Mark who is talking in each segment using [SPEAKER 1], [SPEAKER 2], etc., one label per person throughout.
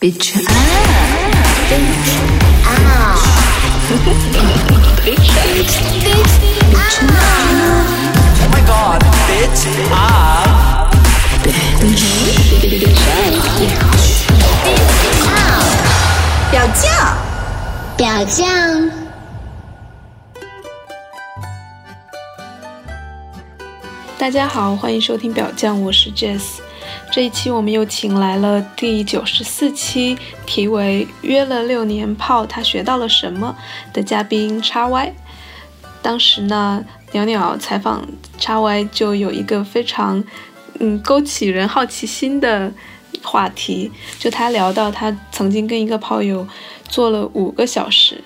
[SPEAKER 1] bitch 啊，bitch 啊，bitch bitch 啊
[SPEAKER 2] ，Oh my God，bitch 啊
[SPEAKER 1] ，bitch bitch 啊，表酱，
[SPEAKER 3] 表酱。
[SPEAKER 4] 大家好，欢迎收听表酱，我是 Jess。这一期我们又请来了第九十四期，题为“约了六年炮，他学到了什么”的嘉宾叉 Y。当时呢，鸟鸟采访叉 Y 就有一个非常嗯勾起人好奇心的话题，就他聊到他曾经跟一个炮友做了五个小时，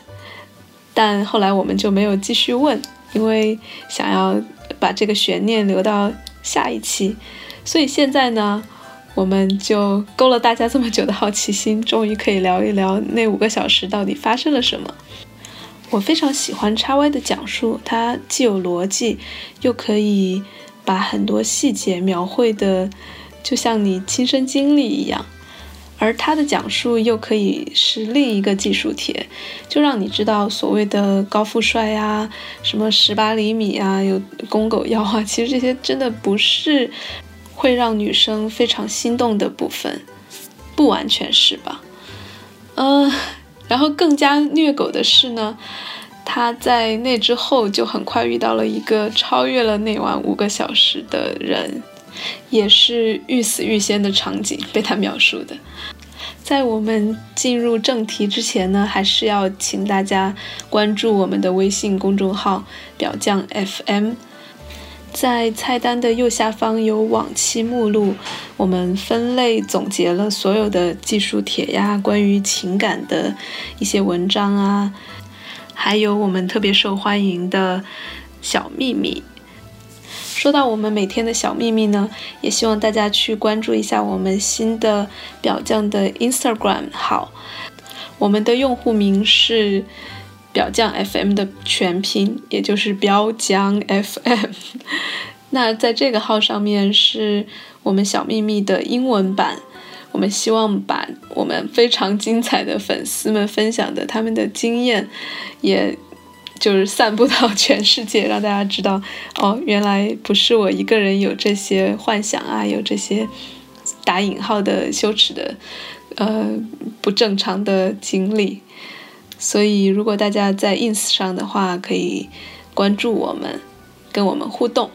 [SPEAKER 4] 但后来我们就没有继续问，因为想要把这个悬念留到下一期。所以现在呢，我们就勾了大家这么久的好奇心，终于可以聊一聊那五个小时到底发生了什么。我非常喜欢叉 Y 的讲述，它既有逻辑，又可以把很多细节描绘的就像你亲身经历一样，而他的讲述又可以是另一个技术帖，就让你知道所谓的高富帅啊，什么十八厘米啊，有公狗腰啊，其实这些真的不是。会让女生非常心动的部分，不完全是吧？嗯、呃，然后更加虐狗的是呢，他在那之后就很快遇到了一个超越了那晚五个小时的人，也是欲死欲仙的场景被他描述的。在我们进入正题之前呢，还是要请大家关注我们的微信公众号“表酱 FM”。在菜单的右下方有往期目录，我们分类总结了所有的技术帖呀，关于情感的一些文章啊，还有我们特别受欢迎的小秘密。说到我们每天的小秘密呢，也希望大家去关注一下我们新的表酱的 Instagram 号，我们的用户名是。表酱 FM 的全拼，也就是表酱 FM。那在这个号上面是我们小秘密的英文版。我们希望把我们非常精彩的粉丝们分享的他们的经验，也就是散布到 全世界，让大家知道哦，原来不是我一个人有这些幻想啊，有这些打引号的羞耻的呃不正常的经历。所以，如果大家在 ins 上的话，可以关注我们，跟我们互动。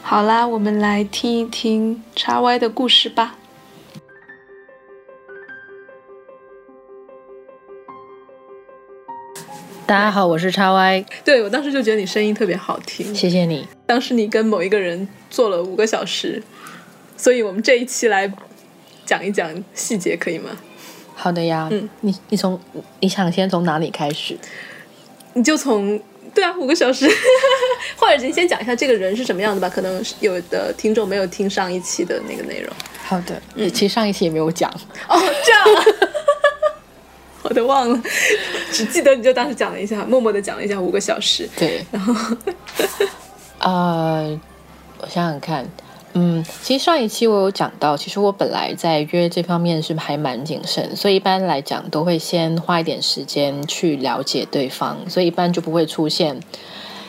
[SPEAKER 4] 好啦，我们来听一听叉 Y 的故事吧。
[SPEAKER 5] 大家好，我是叉 Y。
[SPEAKER 4] 对我当时就觉得你声音特别好听，
[SPEAKER 5] 谢谢你。
[SPEAKER 4] 当时你跟某一个人做了五个小时，所以我们这一期来讲一讲细节，可以吗？
[SPEAKER 5] 好的呀，嗯，你你从你想先从哪里开始？
[SPEAKER 4] 你就从对啊，五个小时， 或者你先讲一下这个人是什么样的吧，可能有的听众没有听上一期的那个内容。
[SPEAKER 5] 好的，嗯，其实上一期也没有讲。
[SPEAKER 4] 哦，这样， 我都忘了，只记得你就当时讲了一下，默默的讲了一下五个小时。
[SPEAKER 5] 对，
[SPEAKER 4] 然后，
[SPEAKER 5] 呃，我想想看。嗯，其实上一期我有讲到，其实我本来在约这方面是还蛮谨慎，所以一般来讲都会先花一点时间去了解对方，所以一般就不会出现，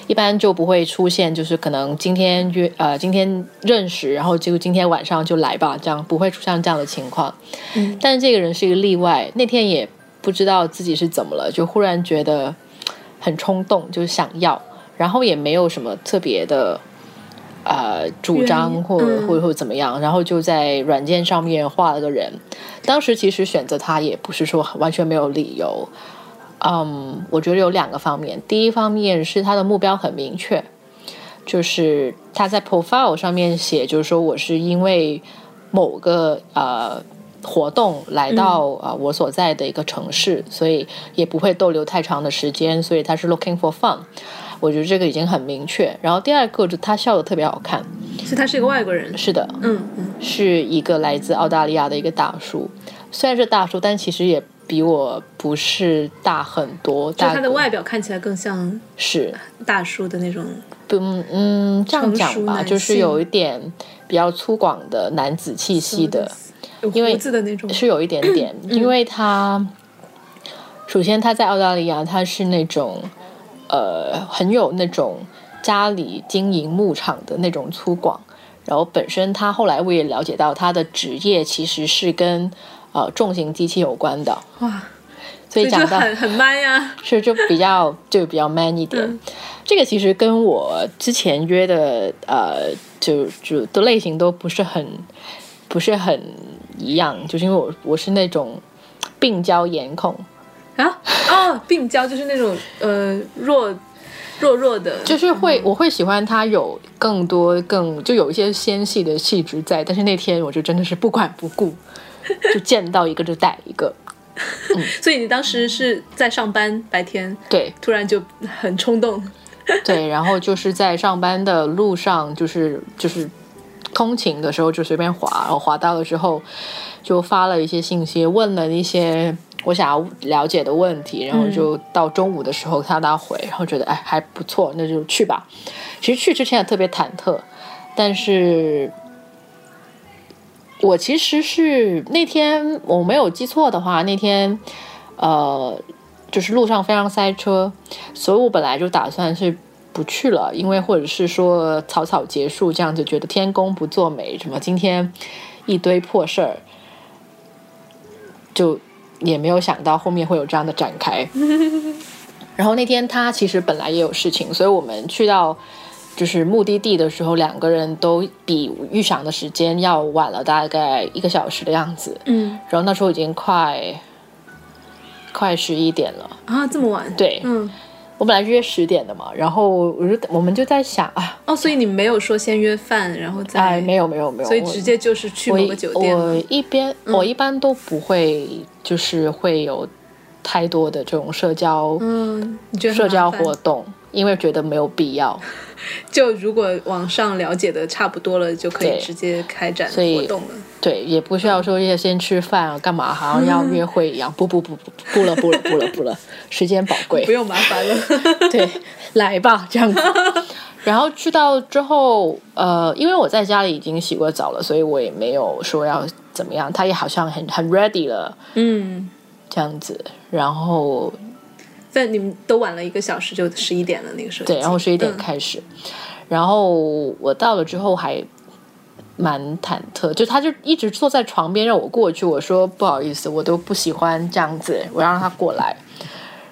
[SPEAKER 5] 一般就不会出现就是可能今天约呃今天认识，然后就今天晚上就来吧，这样不会出现这样的情况。嗯，但是这个人是一个例外，那天也不知道自己是怎么了，就忽然觉得很冲动，就是想要，然后也没有什么特别的。呃，主张或或或怎么样，然后就在软件上面画了个人。当时其实选择他也不是说完全没有理由。嗯，我觉得有两个方面，第一方面是他的目标很明确，就是他在 profile 上面写，就是说我是因为某个呃活动来到
[SPEAKER 4] 嗯
[SPEAKER 5] 啊、呃、我所在的一个城市，所以也不会逗留太长的时间，所以他是 looking for fun。我觉得这个已经很明确。然后第二个，就他笑的特别好看，
[SPEAKER 4] 是他是一个外国人，
[SPEAKER 5] 是的，
[SPEAKER 4] 嗯嗯，
[SPEAKER 5] 是一个来自澳大利亚的一个大叔。虽然是大叔，但其实也比我不是大很多。
[SPEAKER 4] 就他的外表看起来更像
[SPEAKER 5] 是
[SPEAKER 4] 大叔的那种，
[SPEAKER 5] 嗯嗯，这样讲吧，就是有一点比较粗犷的男子气息的。
[SPEAKER 4] 有
[SPEAKER 5] 因为
[SPEAKER 4] 胡子的那种，
[SPEAKER 5] 是有一点点，
[SPEAKER 4] 嗯
[SPEAKER 5] 因为他首先他在澳大利亚，他是那种呃很有那种家里经营牧场的那种粗犷，然后本身他后来我也了解到他的职业其实是跟呃重型机器有关的，
[SPEAKER 4] 哇，
[SPEAKER 5] 所以
[SPEAKER 4] 这
[SPEAKER 5] 讲
[SPEAKER 4] 就
[SPEAKER 5] 到
[SPEAKER 4] 很很 man 呀，
[SPEAKER 5] 是就比较就比较 man 一点。
[SPEAKER 4] 嗯
[SPEAKER 5] 这个其实跟我之前约的呃，就就的类型都不是很不是很一样，就是因为我我是那种病娇颜控，
[SPEAKER 4] 啊哦，病娇就是那种呃弱弱弱的，
[SPEAKER 5] 就是会我会喜欢他有更多更就有一些纤细的气质在，但是那天我就真的是不管不顾，就见到一个就带一个，
[SPEAKER 4] 所以你当时是在上班白天，
[SPEAKER 5] 对，
[SPEAKER 4] 突然就很冲动，
[SPEAKER 5] 对，然后就是在上班的路上，就是就是通勤的时候就随便滑，然后滑到了之后，就发了一些信息，问了一些我想要了解的问题，然后就到中午的时候他他回，然后觉得哎还不错，那就去吧。其实去之前也特别忐忑，但是。我其实是那天我没有记错的话，那天，呃，就是路上非常塞车，所以我本来就打算是不去了，因为或者是说草草结束，这样就觉得天公不作美，什么今天一堆破事儿，就也没有想到后面会有这样的展开。然后那天他其实本来也有事情，所以我们去到就是目的地的时候，两个人都比预想的时间要晚了大概一个小时的样子。
[SPEAKER 4] 嗯
[SPEAKER 5] 然后那时候已经快快十一点了，
[SPEAKER 4] 啊这么晚，，
[SPEAKER 5] 对，
[SPEAKER 4] 嗯
[SPEAKER 5] 我本来是约十点的嘛，然后我就我们就在想啊，
[SPEAKER 4] 哦，所以你没有说先约饭，然后再
[SPEAKER 5] 哎，没有没有没有，
[SPEAKER 4] 所以
[SPEAKER 5] 我
[SPEAKER 4] 直接就是去
[SPEAKER 5] 我
[SPEAKER 4] 某
[SPEAKER 5] 一
[SPEAKER 4] 个酒店
[SPEAKER 5] 我
[SPEAKER 4] 了，嗯
[SPEAKER 5] 一边、我一般都不会，就是会有太多的这种社交、
[SPEAKER 4] 嗯，你觉得很
[SPEAKER 5] 社交
[SPEAKER 4] 麻烦
[SPEAKER 5] 活动，因为觉得没有必要，
[SPEAKER 4] 就如果网上了解的差不多了，就可以
[SPEAKER 5] 对
[SPEAKER 4] 直接开展
[SPEAKER 5] 所以
[SPEAKER 4] 活动了。
[SPEAKER 5] 对，也不
[SPEAKER 4] 嗯
[SPEAKER 5] 需要说要先吃饭啊，干嘛好像要约会一样，不不不不不了不了不了不了，时间宝贵，
[SPEAKER 4] 不用麻烦 了，
[SPEAKER 5] 对，来吧，这样子。然后去到之后，呃，因为我在家里已经洗过澡了，所以我也没有说要怎么样。他也好像很很 ready 了
[SPEAKER 4] 嗯，
[SPEAKER 5] 这样子。然后
[SPEAKER 4] 但你们都晚了一个小时，就十一点了那个时候已经。
[SPEAKER 5] 对，然后十一点
[SPEAKER 4] 嗯，
[SPEAKER 5] 开始。然后我到了之后还蛮忐忑，就他就一直坐在床边让我过去。我说不好意思，我都不喜欢这样子，我要让他过来，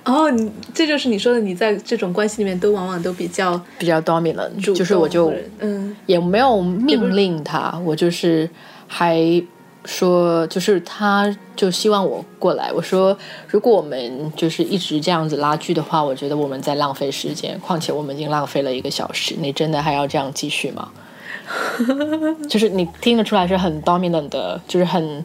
[SPEAKER 4] 哦，你这就是你说的，你在这种关系里面都往往都比较
[SPEAKER 5] 比较 dominant，
[SPEAKER 4] 主动，
[SPEAKER 5] 就是我就
[SPEAKER 4] 或者嗯
[SPEAKER 5] 也没有命令他，我就是还说，就是他就希望我过来。我说，如果我们就是一直这样子拉锯的话，我觉得我们在浪费时间。况且我们已经浪费了一个小时，你真的还要这样继续吗？ 就是你听得出来是很 dominant 的，就是很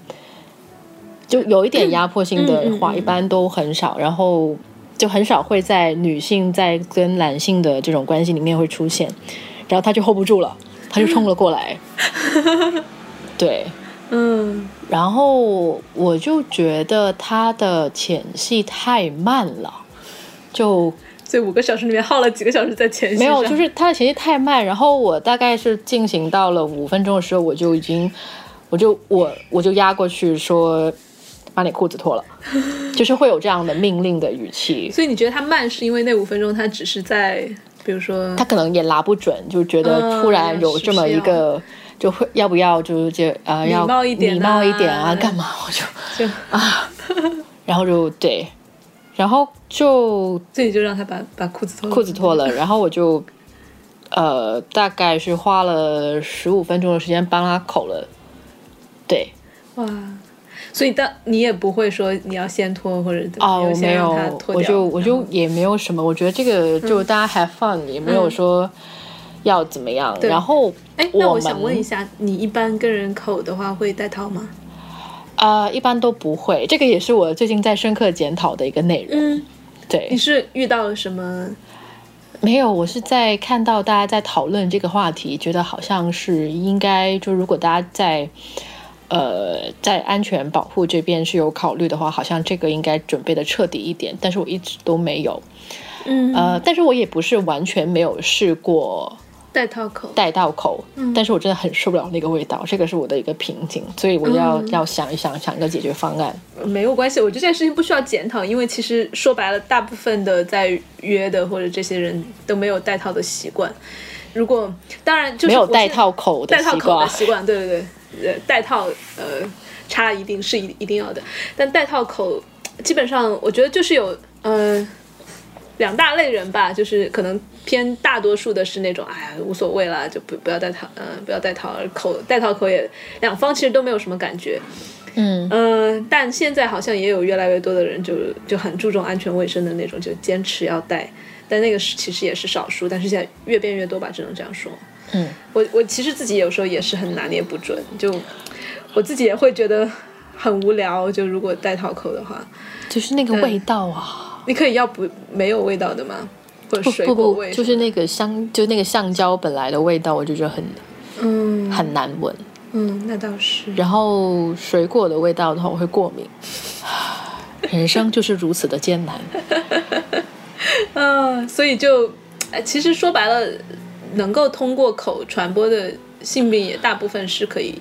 [SPEAKER 5] 就有一点压迫性的话，一般都很少，然后就很少会在女性在跟男性的这种关系里面会出现，然后他就 hold 不住了，他就冲了过 来，对，
[SPEAKER 4] 嗯，
[SPEAKER 5] 然后我就觉得他的前戏太慢了，就
[SPEAKER 4] 所以五个小时里面耗了几个小时在前戏
[SPEAKER 5] 没有，
[SPEAKER 4] 上
[SPEAKER 5] 就是他的前戏太慢，然后我大概是进行到了五分钟的时候，我就已经，我就我我就压过去说，把你裤 子脱了，就是会有这样的命令的语气。
[SPEAKER 4] 所以你觉得他慢，是因为那五分钟他只是在，比如说
[SPEAKER 5] 他可能也拿不准，就
[SPEAKER 4] 嗯
[SPEAKER 5] 觉
[SPEAKER 4] 啊
[SPEAKER 5] 得突然有这么一个，就会要不要就是这呃
[SPEAKER 4] 礼
[SPEAKER 5] 要
[SPEAKER 4] 貌一点啊
[SPEAKER 5] 礼貌一点啊，干嘛 我就
[SPEAKER 4] 就，
[SPEAKER 5] 然后就对，然后就
[SPEAKER 4] 所以你就让他把把裤子脱了
[SPEAKER 5] 裤子脱了，然后我就呃大概是花了十五分钟的时间帮他口了，对，
[SPEAKER 4] 哇。所以当你也不会说你要先脱或者怎么
[SPEAKER 5] 哦，我
[SPEAKER 4] 你就
[SPEAKER 5] 没
[SPEAKER 4] 先让
[SPEAKER 5] 有
[SPEAKER 4] 他，脱
[SPEAKER 5] 我
[SPEAKER 4] 掉嗯
[SPEAKER 5] 就我就也没有什么，我觉得这个就大家 have fun，、也没有说要怎么样，
[SPEAKER 4] 对
[SPEAKER 5] 然后
[SPEAKER 4] 哎，那我
[SPEAKER 5] 们
[SPEAKER 4] 想问一下，你一般跟人口的话会戴套吗？
[SPEAKER 5] 呃，一般都不会。这个也是我最近在深刻检讨的一个内容。
[SPEAKER 4] 嗯，你
[SPEAKER 5] 对，
[SPEAKER 4] 是遇到了什么？
[SPEAKER 5] 没有，我是在看到大家在讨论这个话题，觉得好像是应该，就如果大家在呃在安全保护这边是有考虑的话，好像这个应该准备的彻底一点。但是我一直都没有。
[SPEAKER 4] 嗯
[SPEAKER 5] 呃，但是我也不是完全没有试过
[SPEAKER 4] 带套口，
[SPEAKER 5] 带到口，
[SPEAKER 4] 嗯
[SPEAKER 5] 但是我真的很受不了那个味道，这个是我的一个瓶颈，所以我要、
[SPEAKER 4] 嗯
[SPEAKER 5] 要想一想，想一个解决方案。
[SPEAKER 4] 没有关系，我觉得这件事情不需要检讨，因为其实说白了，大部分的在约的或者这些人都没有带套的习惯。如果当然就是
[SPEAKER 5] 没有
[SPEAKER 4] 我是
[SPEAKER 5] 带套口的
[SPEAKER 4] 带套
[SPEAKER 5] 习
[SPEAKER 4] 口的
[SPEAKER 5] 惯，
[SPEAKER 4] 习惯，对对对，呃，带套呃插一定是一一定要的，但带套口基本上我觉得就是有呃两大类人吧，就是可能偏大多数的是那种哎呀无所谓啦，就不不要带套，嗯、不要带套口带套口也两方其实都没有什么感觉，
[SPEAKER 5] 嗯，
[SPEAKER 4] 嗯，但现在好像也有越来越多的人就就很注重安全卫生的那种，就坚持要戴，但那个是其实也是少数，但是现在越变越多吧，只能这样说。
[SPEAKER 5] 嗯，
[SPEAKER 4] 我我其实自己有时候也是很拿捏不准，就我自己也会觉得很无聊。就如果戴套口的话，
[SPEAKER 5] 就是那个
[SPEAKER 4] 对
[SPEAKER 5] 味道啊，
[SPEAKER 4] 你可以要不没有味道的吗？或者
[SPEAKER 5] 不
[SPEAKER 4] 水
[SPEAKER 5] 不
[SPEAKER 4] 果
[SPEAKER 5] 不
[SPEAKER 4] 味，？
[SPEAKER 5] 就是那个香，就那个橡胶本来的味道，我就觉得很
[SPEAKER 4] 嗯
[SPEAKER 5] 很难闻。
[SPEAKER 4] 嗯，那倒是。
[SPEAKER 5] 然后水果的味道的话，我会过敏。 人生就是如此的艰难。
[SPEAKER 4] 嗯，所以就，哎，其实说白了，能够通过口传播的性病也大部分是可以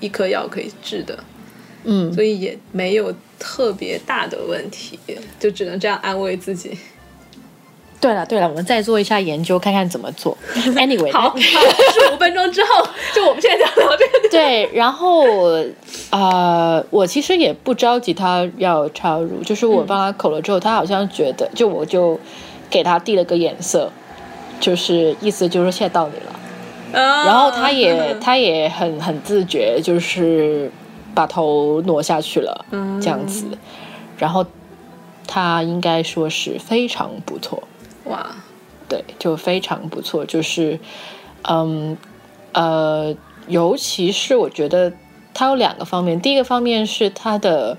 [SPEAKER 4] 一颗药可以治的，
[SPEAKER 5] 嗯，
[SPEAKER 4] 所以也没有特别大的问题，就只能这样安慰自己。
[SPEAKER 5] 对了对了，我们再做一下研究，看看怎么 做。Anyway，
[SPEAKER 4] 好，十五分钟之后，就我们现在就聊这个。
[SPEAKER 5] 对，然后呃，我其实也不着急他要插入，就是我帮他口了之后，他好像觉得，就我就给他递了个眼色，就是意思就是说现在到你了。然
[SPEAKER 4] 然
[SPEAKER 5] 后他也
[SPEAKER 4] 嗯
[SPEAKER 5] 他也很很自觉，就是把头挪下去了，这样子。然后他应该说是非常不错，
[SPEAKER 4] 哇，
[SPEAKER 5] 对，就非常不错，就是，嗯，呃，尤其是我觉得它有两个方面，第一个方面是它的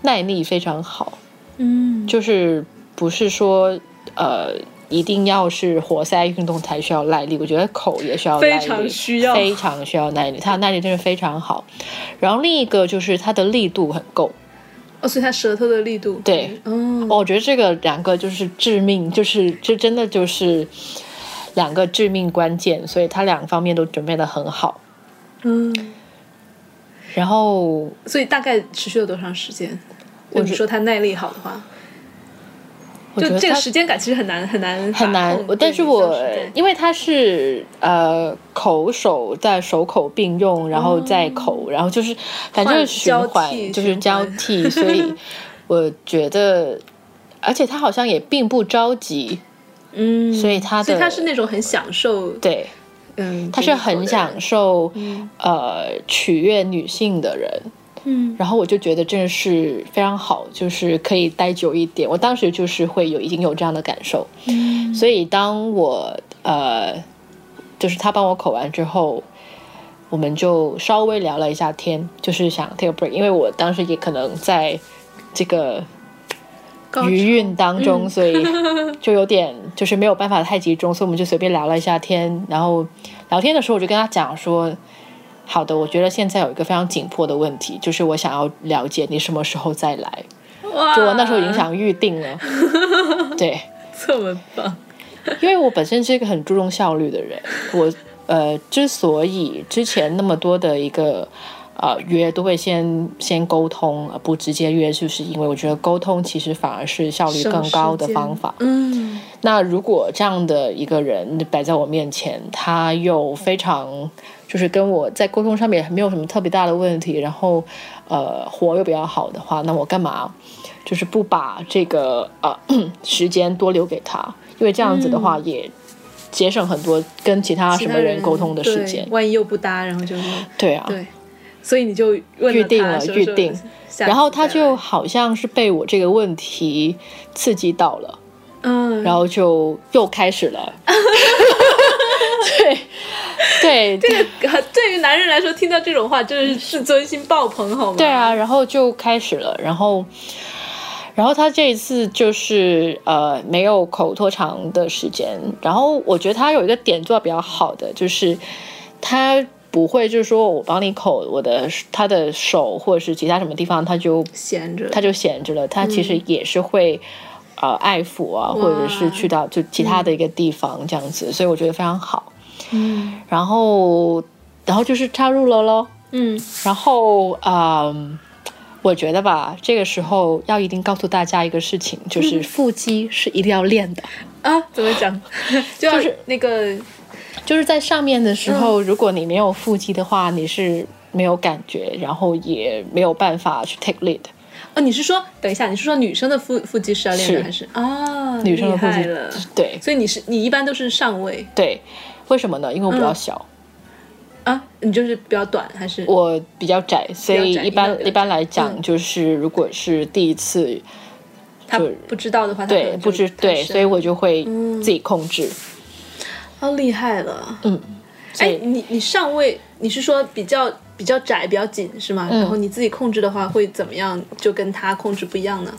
[SPEAKER 5] 耐力非常好，
[SPEAKER 4] 嗯，
[SPEAKER 5] 就是不是说呃一定要是活塞运动才需要耐力，我觉得口也需要耐力，
[SPEAKER 4] 非常需要
[SPEAKER 5] 非常需要耐力，它的耐力真的非常好。然后另一个就是它的力度很够，
[SPEAKER 4] 哦，所以他舌头的力度，
[SPEAKER 5] 对
[SPEAKER 4] 嗯，
[SPEAKER 5] 哦我觉得这个两个就是致命，就是这真的就是两个致命关键，所以他两方面都准备的很好。
[SPEAKER 4] 嗯，
[SPEAKER 5] 然后
[SPEAKER 4] 所以大概持续了多长时间？
[SPEAKER 5] 我
[SPEAKER 4] 就你
[SPEAKER 5] 觉
[SPEAKER 4] 说他耐力好的话，
[SPEAKER 5] 我觉
[SPEAKER 4] 就
[SPEAKER 5] 得
[SPEAKER 4] 这个
[SPEAKER 5] 他
[SPEAKER 4] 时间感其实很难很难
[SPEAKER 5] 很难
[SPEAKER 4] 把控，
[SPEAKER 5] 但
[SPEAKER 4] 对
[SPEAKER 5] 是
[SPEAKER 4] 你
[SPEAKER 5] 我
[SPEAKER 4] 消失对
[SPEAKER 5] 因为它是呃口手在手口并用，然后再口，然后就是反正就是循
[SPEAKER 4] 哦换交
[SPEAKER 5] 环
[SPEAKER 4] 替
[SPEAKER 5] 就是交 替，所以我觉得，而且他好像也并不着急，
[SPEAKER 4] 嗯，
[SPEAKER 5] 所以他的
[SPEAKER 4] 所以他是那种很享受，，
[SPEAKER 5] 对，
[SPEAKER 4] 嗯，
[SPEAKER 5] 他是很享受、
[SPEAKER 4] 嗯
[SPEAKER 5] 呃取悦女性的人，
[SPEAKER 4] 嗯
[SPEAKER 5] 然后我就觉得真的是非常好，就是可以待久一点。我当时就是会有已经有这样的感受，所以当我呃，就是他帮我口完之后，我们就稍微聊了一下天，就是想 take a break，因为我当时也可能在这个
[SPEAKER 4] 高
[SPEAKER 5] 余
[SPEAKER 4] 潮嗯
[SPEAKER 5] 韵当中，所 以就有点就是没有办法太集中，所以我们就随便聊了一下天。然后聊天的时候，我就跟他讲说：“好的，我觉得现在有一个非常紧迫的问题，就是我想要了解你什么时候再来。”
[SPEAKER 4] 哇，
[SPEAKER 5] 就我那时候已经想预定了， 对，
[SPEAKER 4] 这么棒，
[SPEAKER 5] 因为我本身是一个很注重效率的人，我呃之所以之前那么多的一个呃约都会先先沟通，呃而不直接约，就是因为我觉得沟通其实反而是效率更高的方法。
[SPEAKER 4] 嗯
[SPEAKER 5] 那如果这样的一个人摆在我面前，他又非常就是跟我在沟通上面没有什么特别大的问题，然后呃活又比较好的话，那我干嘛就是不把这个呃时间多留给他？因为这样子的话也节省很多跟其他
[SPEAKER 4] 其
[SPEAKER 5] 什
[SPEAKER 4] 他
[SPEAKER 5] 么人沟通的时间
[SPEAKER 4] 对。万一又不搭，然后就
[SPEAKER 5] 对啊，
[SPEAKER 4] 对，所以你就问
[SPEAKER 5] 预定
[SPEAKER 4] 他
[SPEAKER 5] 了
[SPEAKER 4] 什么时候
[SPEAKER 5] 预定
[SPEAKER 4] 下次
[SPEAKER 5] 然后他
[SPEAKER 4] 再来
[SPEAKER 5] 就好像是被我这个问题刺激到了。
[SPEAKER 4] 嗯，
[SPEAKER 5] 然后就又开始了。对，对，
[SPEAKER 4] 这个 对于男人来说，听到这种话真的是自尊心爆棚，好吗？
[SPEAKER 5] 对啊，然后就开始了，然后。然后他这一次就是呃没有口拖长的时间，然后我觉得他有一个点做的比较好的，就是他不会就是说我帮你口我的他的手或者是其他什么地方他就
[SPEAKER 4] 闲着
[SPEAKER 5] 他就闲着了，他其实也是会、
[SPEAKER 4] 嗯
[SPEAKER 5] 呃爱抚啊，或者是去到就其他的一个地方这样子，所以我觉得非常好。
[SPEAKER 4] 嗯
[SPEAKER 5] 然后然后就是插入了喽。
[SPEAKER 4] 嗯
[SPEAKER 5] 然后嗯，我觉得吧，这个时候要一定告诉大家一个事情，
[SPEAKER 4] 嗯
[SPEAKER 5] 就是腹肌是一定要练的。
[SPEAKER 4] 啊，怎么 讲？就要
[SPEAKER 5] 是
[SPEAKER 4] 那个
[SPEAKER 5] 就是在上面的时
[SPEAKER 4] 嗯
[SPEAKER 5] 候，如果你没有腹肌的话，你是没有感觉，然后也没有办法去 take lead。
[SPEAKER 4] 哦，你是说等一下，你是说女生的腹腹肌是要练的
[SPEAKER 5] 是
[SPEAKER 4] 还是啊？
[SPEAKER 5] 女生的腹
[SPEAKER 4] 厉害
[SPEAKER 5] 肌
[SPEAKER 4] 了，，
[SPEAKER 5] 对
[SPEAKER 4] 所以你是你一般都是上位
[SPEAKER 5] 对，为什么呢？因为我比较小。
[SPEAKER 4] 嗯啊？你就是比较短还是？
[SPEAKER 5] 我比较窄，所以
[SPEAKER 4] 窄
[SPEAKER 5] 一
[SPEAKER 4] 一般比
[SPEAKER 5] 般
[SPEAKER 4] 较
[SPEAKER 5] 一般
[SPEAKER 4] 窄
[SPEAKER 5] 来讲，
[SPEAKER 4] 嗯
[SPEAKER 5] 就是如果是第一次，
[SPEAKER 4] 他
[SPEAKER 5] 就
[SPEAKER 4] 不知道的话，他可
[SPEAKER 5] 对
[SPEAKER 4] 能嗯
[SPEAKER 5] 不
[SPEAKER 4] 就
[SPEAKER 5] 知
[SPEAKER 4] 太
[SPEAKER 5] 对，
[SPEAKER 4] 深
[SPEAKER 5] 所以我就会
[SPEAKER 4] 嗯
[SPEAKER 5] 自己控制。
[SPEAKER 4] 哦厉害了。
[SPEAKER 5] 嗯，所
[SPEAKER 4] 哎
[SPEAKER 5] 以，
[SPEAKER 4] 你你上位，你是说比较比较窄、比较紧是吗？
[SPEAKER 5] 嗯
[SPEAKER 4] 然后你自己控制的话会怎么样？就跟他控制不一样呢？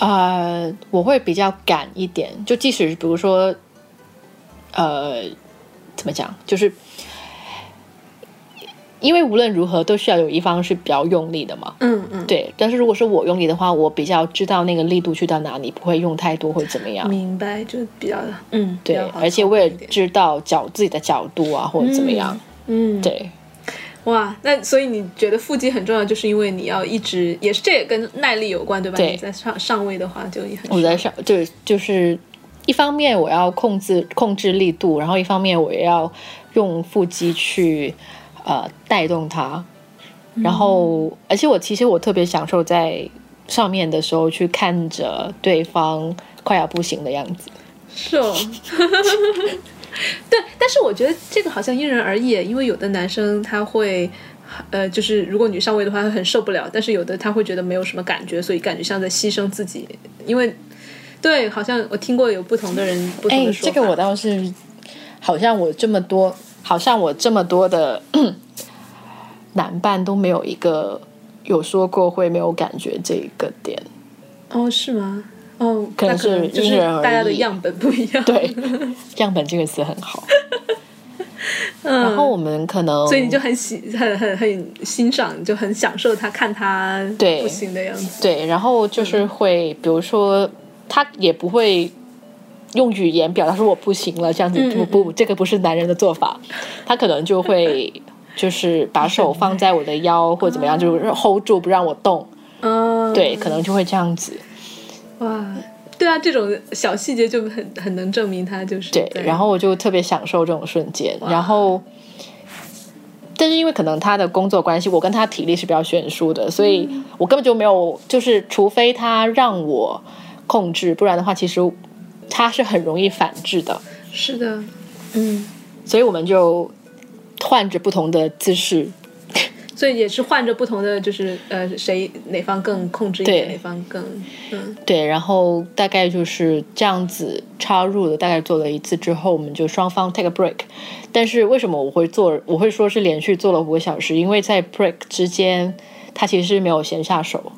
[SPEAKER 5] 呃，我会比较赶一点，就即使比如说，呃，怎么讲，就是因为无论如何都需要有一方是比较用力的嘛。
[SPEAKER 4] 嗯嗯，
[SPEAKER 5] 对，但是如果是我用力的话，我比较知道那个力度去到哪里，不会用太多，会怎么样？
[SPEAKER 4] 明白，就嗯比较嗯
[SPEAKER 5] 对，而且我也知道角自己的角度啊，或者怎么样。
[SPEAKER 4] 嗯
[SPEAKER 5] 对，
[SPEAKER 4] 哇，那所以你觉得腹肌很重要，就是因为你要一直也是这也跟耐力有关，对吧？
[SPEAKER 5] 对
[SPEAKER 4] 你在上上位的话就也很
[SPEAKER 5] 我在上就是就是一方面我要控制控制力度，然后一方面我也要用腹肌去呃带动它，然后、而且我其实我特别享受在上面的时候去看着对方快要不行的样子。
[SPEAKER 4] 是哦。对，但是我觉得这个好像因人而异，因为有的男生他会，呃，就是如果你上位的话，他很受不了；但是有的他会觉得没有什么感觉，所以感觉像在牺牲自己。因为，对，好像我听过有不同的人不同
[SPEAKER 5] 哎
[SPEAKER 4] 的，说
[SPEAKER 5] 这
[SPEAKER 4] 法。
[SPEAKER 5] 个我倒是好像我这么多，好像我这么多的 男伴都没有一个有说过会没有感觉这一个点。
[SPEAKER 4] 哦，是吗？哦，
[SPEAKER 5] 可
[SPEAKER 4] 那
[SPEAKER 5] 能
[SPEAKER 4] 可
[SPEAKER 5] 是
[SPEAKER 4] 能就
[SPEAKER 5] 因
[SPEAKER 4] 是
[SPEAKER 5] 人而
[SPEAKER 4] 大家的
[SPEAKER 5] 异
[SPEAKER 4] 样本不一样。
[SPEAKER 5] 对，样本这个词很好。
[SPEAKER 4] 嗯，
[SPEAKER 5] 然后我们可能，
[SPEAKER 4] 所以你就很喜很很很欣赏，就很享受他看他
[SPEAKER 5] 对
[SPEAKER 4] 不行的样子。
[SPEAKER 5] 对，然后
[SPEAKER 4] 嗯
[SPEAKER 5] 就是会，比如说他也不会用语言表达说我不行了，这样子
[SPEAKER 4] 嗯嗯
[SPEAKER 5] 不不，这个不是男人的做法，他可能 就会就是把手放在我的腰或者怎么样，就是 hold 住不让我动，
[SPEAKER 4] 嗯，
[SPEAKER 5] 对，，可能就会这样子。
[SPEAKER 4] 哇，对啊，这种小细节就很很能证明他就是
[SPEAKER 5] 对，
[SPEAKER 4] 在
[SPEAKER 5] 然后我就特别享受这种瞬间，
[SPEAKER 4] 哇
[SPEAKER 5] 然后。但是因为可能他的工作关系，我跟他体力是比较悬殊的，所以我根本就没有，就是除非他让我控制，不然的话，其实他是很容易反制的。
[SPEAKER 4] 是的，嗯，
[SPEAKER 5] 所以我们就换着不同的姿势，
[SPEAKER 4] 所以也是换着不同的，就是呃，谁哪方更控制一点，
[SPEAKER 5] 对
[SPEAKER 4] 哪方更嗯
[SPEAKER 5] 对，然后大概就是这样子插入的，大概做了一次之后，我们就双方 take a break。但是为什么我会做，我会说是连续做了五个小时？因为在 break 之间，他其实是没有闲下手，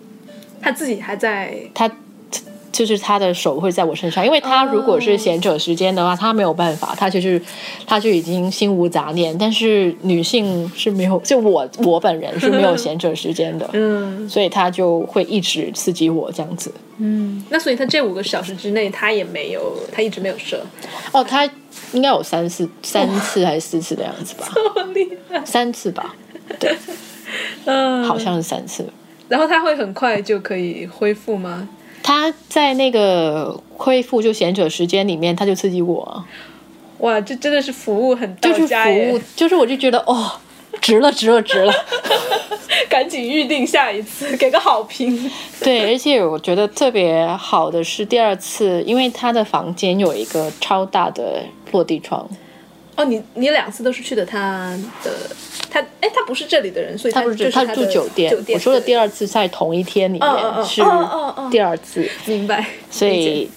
[SPEAKER 4] 他自己还在，
[SPEAKER 5] 他就是他的手会在我身上，因为他如果是闲者时间的话，他没有办法，他就是他就已经心无杂念。但是女性是没有，就我我本人是没有闲者时间的
[SPEAKER 4] 嗯
[SPEAKER 5] 所以他就会一直刺激我这样子。
[SPEAKER 4] 嗯，那所以他这五个小时之内他也没有，他一直没有射，
[SPEAKER 5] 哦，他应该有三次、三次还是四次的样子吧？
[SPEAKER 4] 好厉害，
[SPEAKER 5] 三次吧，对，
[SPEAKER 4] 嗯，
[SPEAKER 5] 好像是三次。
[SPEAKER 4] 然后他会很快就可以恢复吗？
[SPEAKER 5] 他在那个恢复就闲者时间里面，他就刺激我啊，
[SPEAKER 4] 哇，这真的是服务很到
[SPEAKER 5] 就是
[SPEAKER 4] 家耶
[SPEAKER 5] 服务，就是我就觉得哦，值了，值了，值了。
[SPEAKER 4] 赶紧预定下一次，给个好评。
[SPEAKER 5] 对，而且我觉得特别好的是第二次，因为他的房间有一个超大的落地窗，
[SPEAKER 4] 哦，你你两次都是去的他的，他哎，他不是这里的人，所以
[SPEAKER 5] 他不
[SPEAKER 4] 就是他
[SPEAKER 5] 他
[SPEAKER 4] 的
[SPEAKER 5] 住酒店，
[SPEAKER 4] 酒店
[SPEAKER 5] 我说的第
[SPEAKER 4] 二，
[SPEAKER 5] 二次在同一天里
[SPEAKER 4] 哦哦哦
[SPEAKER 5] 面是
[SPEAKER 4] 哦哦哦
[SPEAKER 5] 第二次。
[SPEAKER 4] 明白？
[SPEAKER 5] 所
[SPEAKER 4] 理
[SPEAKER 5] 以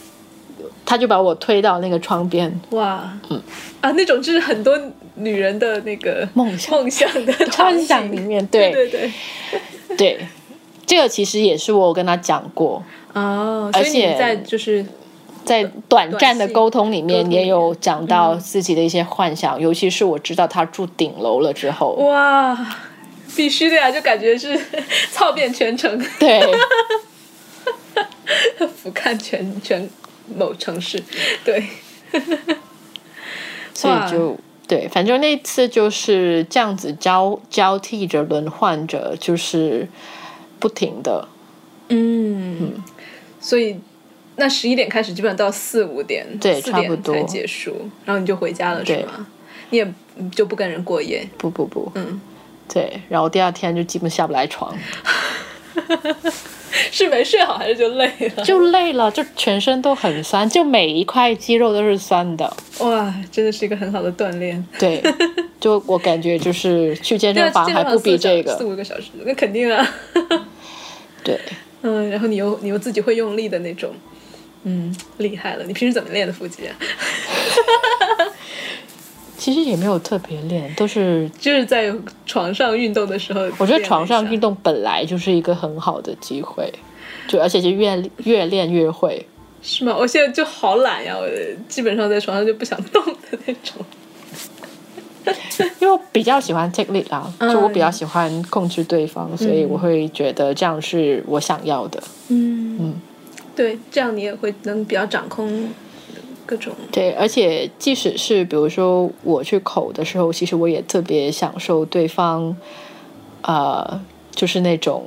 [SPEAKER 5] 他就把我推到那个窗 边，
[SPEAKER 4] 解哇，嗯啊，那种就是很多女人的那个
[SPEAKER 5] 梦想
[SPEAKER 4] 梦想的
[SPEAKER 5] 幻
[SPEAKER 4] 场
[SPEAKER 5] 想
[SPEAKER 4] 景
[SPEAKER 5] 里面，
[SPEAKER 4] 对
[SPEAKER 5] 对
[SPEAKER 4] 对，
[SPEAKER 5] 对，这个其实也是我有跟他讲过，
[SPEAKER 4] 哦，所以
[SPEAKER 5] 而且
[SPEAKER 4] 你在就是
[SPEAKER 5] 在短暂的沟通里
[SPEAKER 4] 短
[SPEAKER 5] 面嗯
[SPEAKER 4] 信
[SPEAKER 5] 也有讲到自己的一些幻想，尤其是我知道他住顶楼了之后，
[SPEAKER 4] 哇，必须的呀，就感觉是 操遍全城，
[SPEAKER 5] 对
[SPEAKER 4] 俯瞰全全某城市，对。
[SPEAKER 5] 所以就对，反正那次就是这样子交交替着轮换着，就是不停的。
[SPEAKER 4] 嗯，所以那十一点开始，基本上到四五点，
[SPEAKER 5] 对
[SPEAKER 4] 四
[SPEAKER 5] 差不
[SPEAKER 4] 点
[SPEAKER 5] 多
[SPEAKER 4] 才结束，然后你就回家了，是
[SPEAKER 5] 对
[SPEAKER 4] 吗？你也就不跟人过夜，
[SPEAKER 5] 不不不，
[SPEAKER 4] 嗯，
[SPEAKER 5] 对，然后第二天就基本下不来床，
[SPEAKER 4] 是没睡好还是就累 了？
[SPEAKER 5] 就累了，就全身都很酸，就每一块肌肉都是酸的。
[SPEAKER 4] 哇，真的是一个很好的锻炼。
[SPEAKER 5] 对，就我感觉就是去健
[SPEAKER 4] 对啊
[SPEAKER 5] 身房
[SPEAKER 4] 健
[SPEAKER 5] 还不比
[SPEAKER 4] 四小
[SPEAKER 5] 这
[SPEAKER 4] 四
[SPEAKER 5] 个。
[SPEAKER 4] 五个小时，那肯定啊。
[SPEAKER 5] 对，
[SPEAKER 4] 嗯，然后你又你又自己会用力的那种，嗯，厉害了。你平时怎么练的腹肌啊？
[SPEAKER 5] 其实也没有特别练，都是
[SPEAKER 4] 就是在床上运动的时候，
[SPEAKER 5] 我觉得床上运动本来就是一个很好的机会，就而且就越越练越会。
[SPEAKER 4] 是吗？我现在就好懒呀，我基本上在床上就不想动的那种。
[SPEAKER 5] 因为我比较喜欢 take lead 啊，
[SPEAKER 4] 嗯
[SPEAKER 5] 就我比较喜欢控制对方，所以我会觉得这样是我想要的。
[SPEAKER 4] 嗯对，这样你也会能比较掌控各种。
[SPEAKER 5] 对，而且即使是比如说我去口的时候，其实我也特别享受对方，呃，就是那种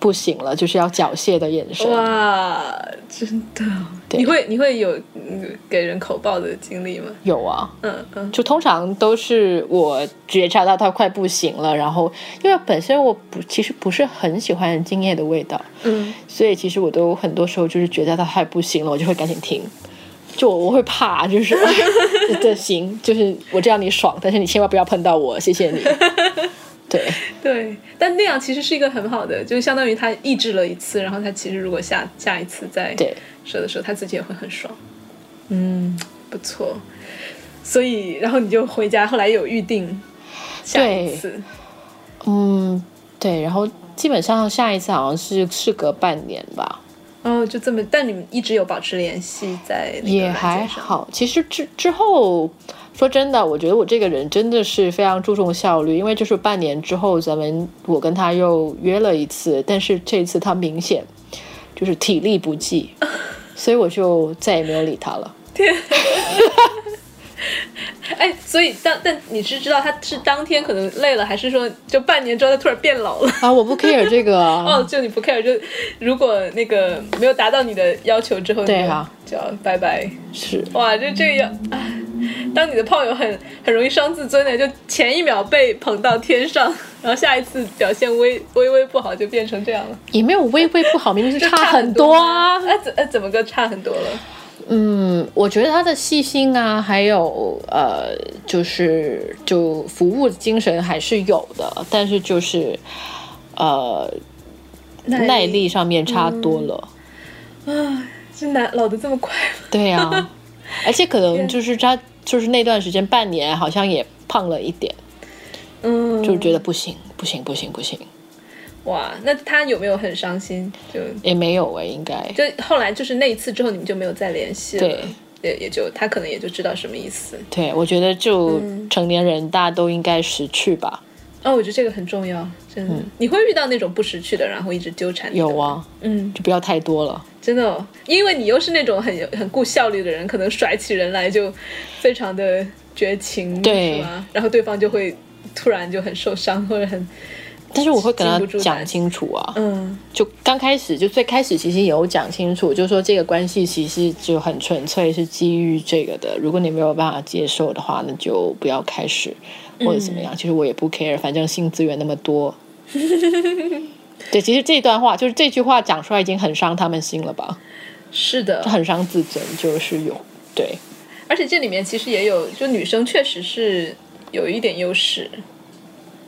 [SPEAKER 5] 不行了，就是要缴械的眼神。
[SPEAKER 4] 哇，真的！
[SPEAKER 5] 对
[SPEAKER 4] 你会你会有嗯给人口爆的经历吗？
[SPEAKER 5] 有啊，
[SPEAKER 4] 嗯嗯
[SPEAKER 5] 就通常都是我觉察到他快不行了，然后因为本身我不其实不是很喜欢精液的味道，
[SPEAKER 4] 嗯，
[SPEAKER 5] 所以其实我都很多时候就是觉得它快不行了，我就会赶紧停。就我我会怕，就是 哎这行，就是我知道你爽，但是你千万不要碰到我，谢谢你。对
[SPEAKER 4] 对。但那样其实是一个很好的，就相当于他抑制了一次，然后他其实如果下下一次再
[SPEAKER 5] 对，
[SPEAKER 4] 射的时候，他自己也会很爽。嗯，不错。所以，然后你就回家，后来有预定下一
[SPEAKER 5] 对
[SPEAKER 4] 次。
[SPEAKER 5] 嗯对，然后基本上下一次好像是事隔半年吧，
[SPEAKER 4] 哦，就这么，但你们一直有保持联系在那个
[SPEAKER 5] 也
[SPEAKER 4] 软件
[SPEAKER 5] 还
[SPEAKER 4] 上，
[SPEAKER 5] 好。其实之之后，说真的，我觉得我这个人真的是非常注重效率，因为就是半年之后，咱们我跟他又约了一次，但是这次他明显就是体力不 济，所以我就再也没有理他了。
[SPEAKER 4] 哎，所以当但你是知道他是当天可能累了，还是说就半年之后他突然变老 了？
[SPEAKER 5] 啊，我不 care 这 个啊，
[SPEAKER 4] 哦，就你不 care，就如果那个没有达到你的要求之后，
[SPEAKER 5] 对啊，
[SPEAKER 4] 就要拜拜。
[SPEAKER 5] 是
[SPEAKER 4] 哇，就这样，唉当你的炮友很很容易伤自尊的，就前一秒被捧到天上，然后下一次表现微微微不好，就变成这样了，
[SPEAKER 5] 也没有微微不好，明明
[SPEAKER 4] 就是
[SPEAKER 5] 差很多啊。
[SPEAKER 4] 那怎那怎么个差很多了？
[SPEAKER 5] 嗯，我觉得他的细心啊，还有呃，就是就服务精神还是有的，但是就是呃
[SPEAKER 4] 耐力
[SPEAKER 5] 耐力上面差多了。
[SPEAKER 4] 这男老的这么快吗？
[SPEAKER 5] 对 啊，而且可能就是他就是那段时间半年好像也胖了一点，
[SPEAKER 4] 嗯，
[SPEAKER 5] 就觉得不行不行不行不行，
[SPEAKER 4] 哇，那他有没有很伤心？就
[SPEAKER 5] 也没有哎，应该
[SPEAKER 4] 就后来就是那一次之后，你们就没有再联系了。
[SPEAKER 5] 对。
[SPEAKER 4] 也也就他可能也就知道什么意思。
[SPEAKER 5] 对，我觉得就
[SPEAKER 4] 嗯
[SPEAKER 5] 成年人大家都应该识趣吧。
[SPEAKER 4] 哦，我觉得这个很重要，真的。你会遇到那种不识趣的，然后一直纠缠你的吗
[SPEAKER 5] 嗯有，啊，
[SPEAKER 4] 嗯，
[SPEAKER 5] 就不要太多了。
[SPEAKER 4] 真的、哦，因为你又是那种很有很顾效率的人，可能甩起人来就非常的绝情，
[SPEAKER 5] 对
[SPEAKER 4] 是吧？然后对方就会突然就很受伤，或者很
[SPEAKER 5] 但是我会跟他
[SPEAKER 4] 禁不住
[SPEAKER 5] 讲
[SPEAKER 4] 胆
[SPEAKER 5] 清楚啊。
[SPEAKER 4] 嗯
[SPEAKER 5] 就刚开始，就最开始其实有讲清楚，就说这个关系其实就很纯粹是基于这个的。如果你没有办法接受的话，那就不要开始，或者怎么样。其实我也不 care，反正性资源那么多。对，其实这段话就是这句话讲出来已经很伤他们心了吧，
[SPEAKER 4] 是的，
[SPEAKER 5] 很伤自尊，就是有对
[SPEAKER 4] 而且这里面其实也有，就女生确实是有一点优势。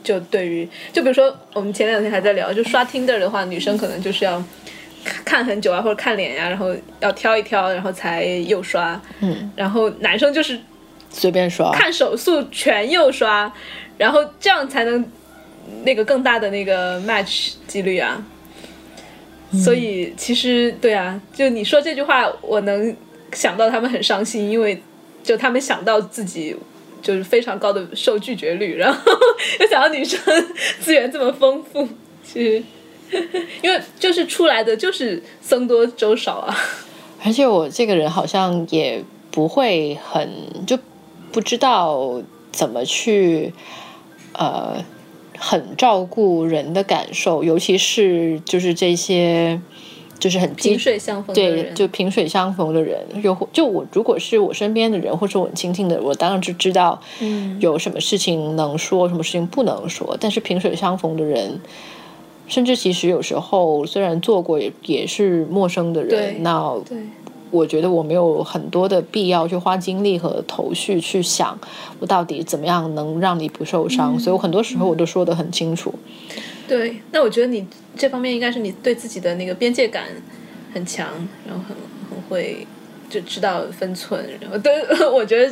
[SPEAKER 4] 就对于，就比如说我们前两天还在聊，就刷 Tinder 的话，女生可能就是要看看很久啊，或者看脸呀、然后要挑一挑，然后才右刷。嗯。然后男生就是
[SPEAKER 5] 随便说啊，
[SPEAKER 4] 看手速全右刷，然后这样才能那个更大的那个 match 几率啊。所以其实对啊，就你说这句话，我能想到他们很伤心，因为就他们想到自己就是非常高的受拒绝率， 然后又想到女生资源这么丰富，其实 因为就是出来的就是僧多粥少啊。
[SPEAKER 5] 而且我这个人好像也不会很就不知道怎么去呃很照顾人的感受，尤其是就是这些就是很基
[SPEAKER 4] 萍水相逢的
[SPEAKER 5] 对
[SPEAKER 4] 人，
[SPEAKER 5] 就萍水相逢的人，又或就我如果是我身边的人，或者我很亲近的人，我当然就知道
[SPEAKER 4] 嗯
[SPEAKER 5] 有什么事情能说，什么事情不能说。但是萍水相逢的人，甚至其实有时候虽然做过也也是陌生的
[SPEAKER 4] 对
[SPEAKER 5] 人，那
[SPEAKER 4] 对
[SPEAKER 5] 我觉得我没有很多的必要去花精力和头绪去想我到底怎么样能让你不受伤，
[SPEAKER 4] 嗯
[SPEAKER 5] 所以我很多时候我都说得很清楚。
[SPEAKER 4] 对。那我觉得你这方面应该是你对自己的那个边界感很强，然后很很会就知道分寸。然后对， 我觉得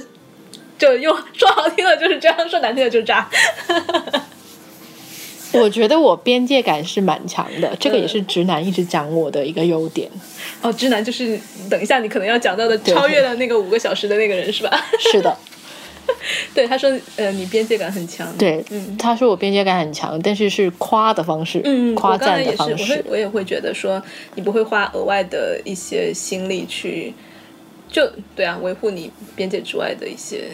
[SPEAKER 4] 就用说好听的就是这样，说难听的就是渣。嗯
[SPEAKER 5] 我觉得我边界感是蛮强的，这个也是直男一直讲我的一个优点。
[SPEAKER 4] 哦，直男就是等一下你可能要讲到的超越了那个五个小时的那个人是吧？
[SPEAKER 5] 是的，
[SPEAKER 4] 对，他说呃你边界感很强。
[SPEAKER 5] 对，
[SPEAKER 4] 嗯
[SPEAKER 5] 他说我边界感很强，但是是夸的方式，
[SPEAKER 4] 嗯，
[SPEAKER 5] 夸
[SPEAKER 4] 我刚才
[SPEAKER 5] 赞
[SPEAKER 4] 也
[SPEAKER 5] 的
[SPEAKER 4] 是，
[SPEAKER 5] 方
[SPEAKER 4] 我会
[SPEAKER 5] 式。
[SPEAKER 4] 我也会觉得说，你不会花额外的一些心力去，就对啊，维护你边界之外的一些。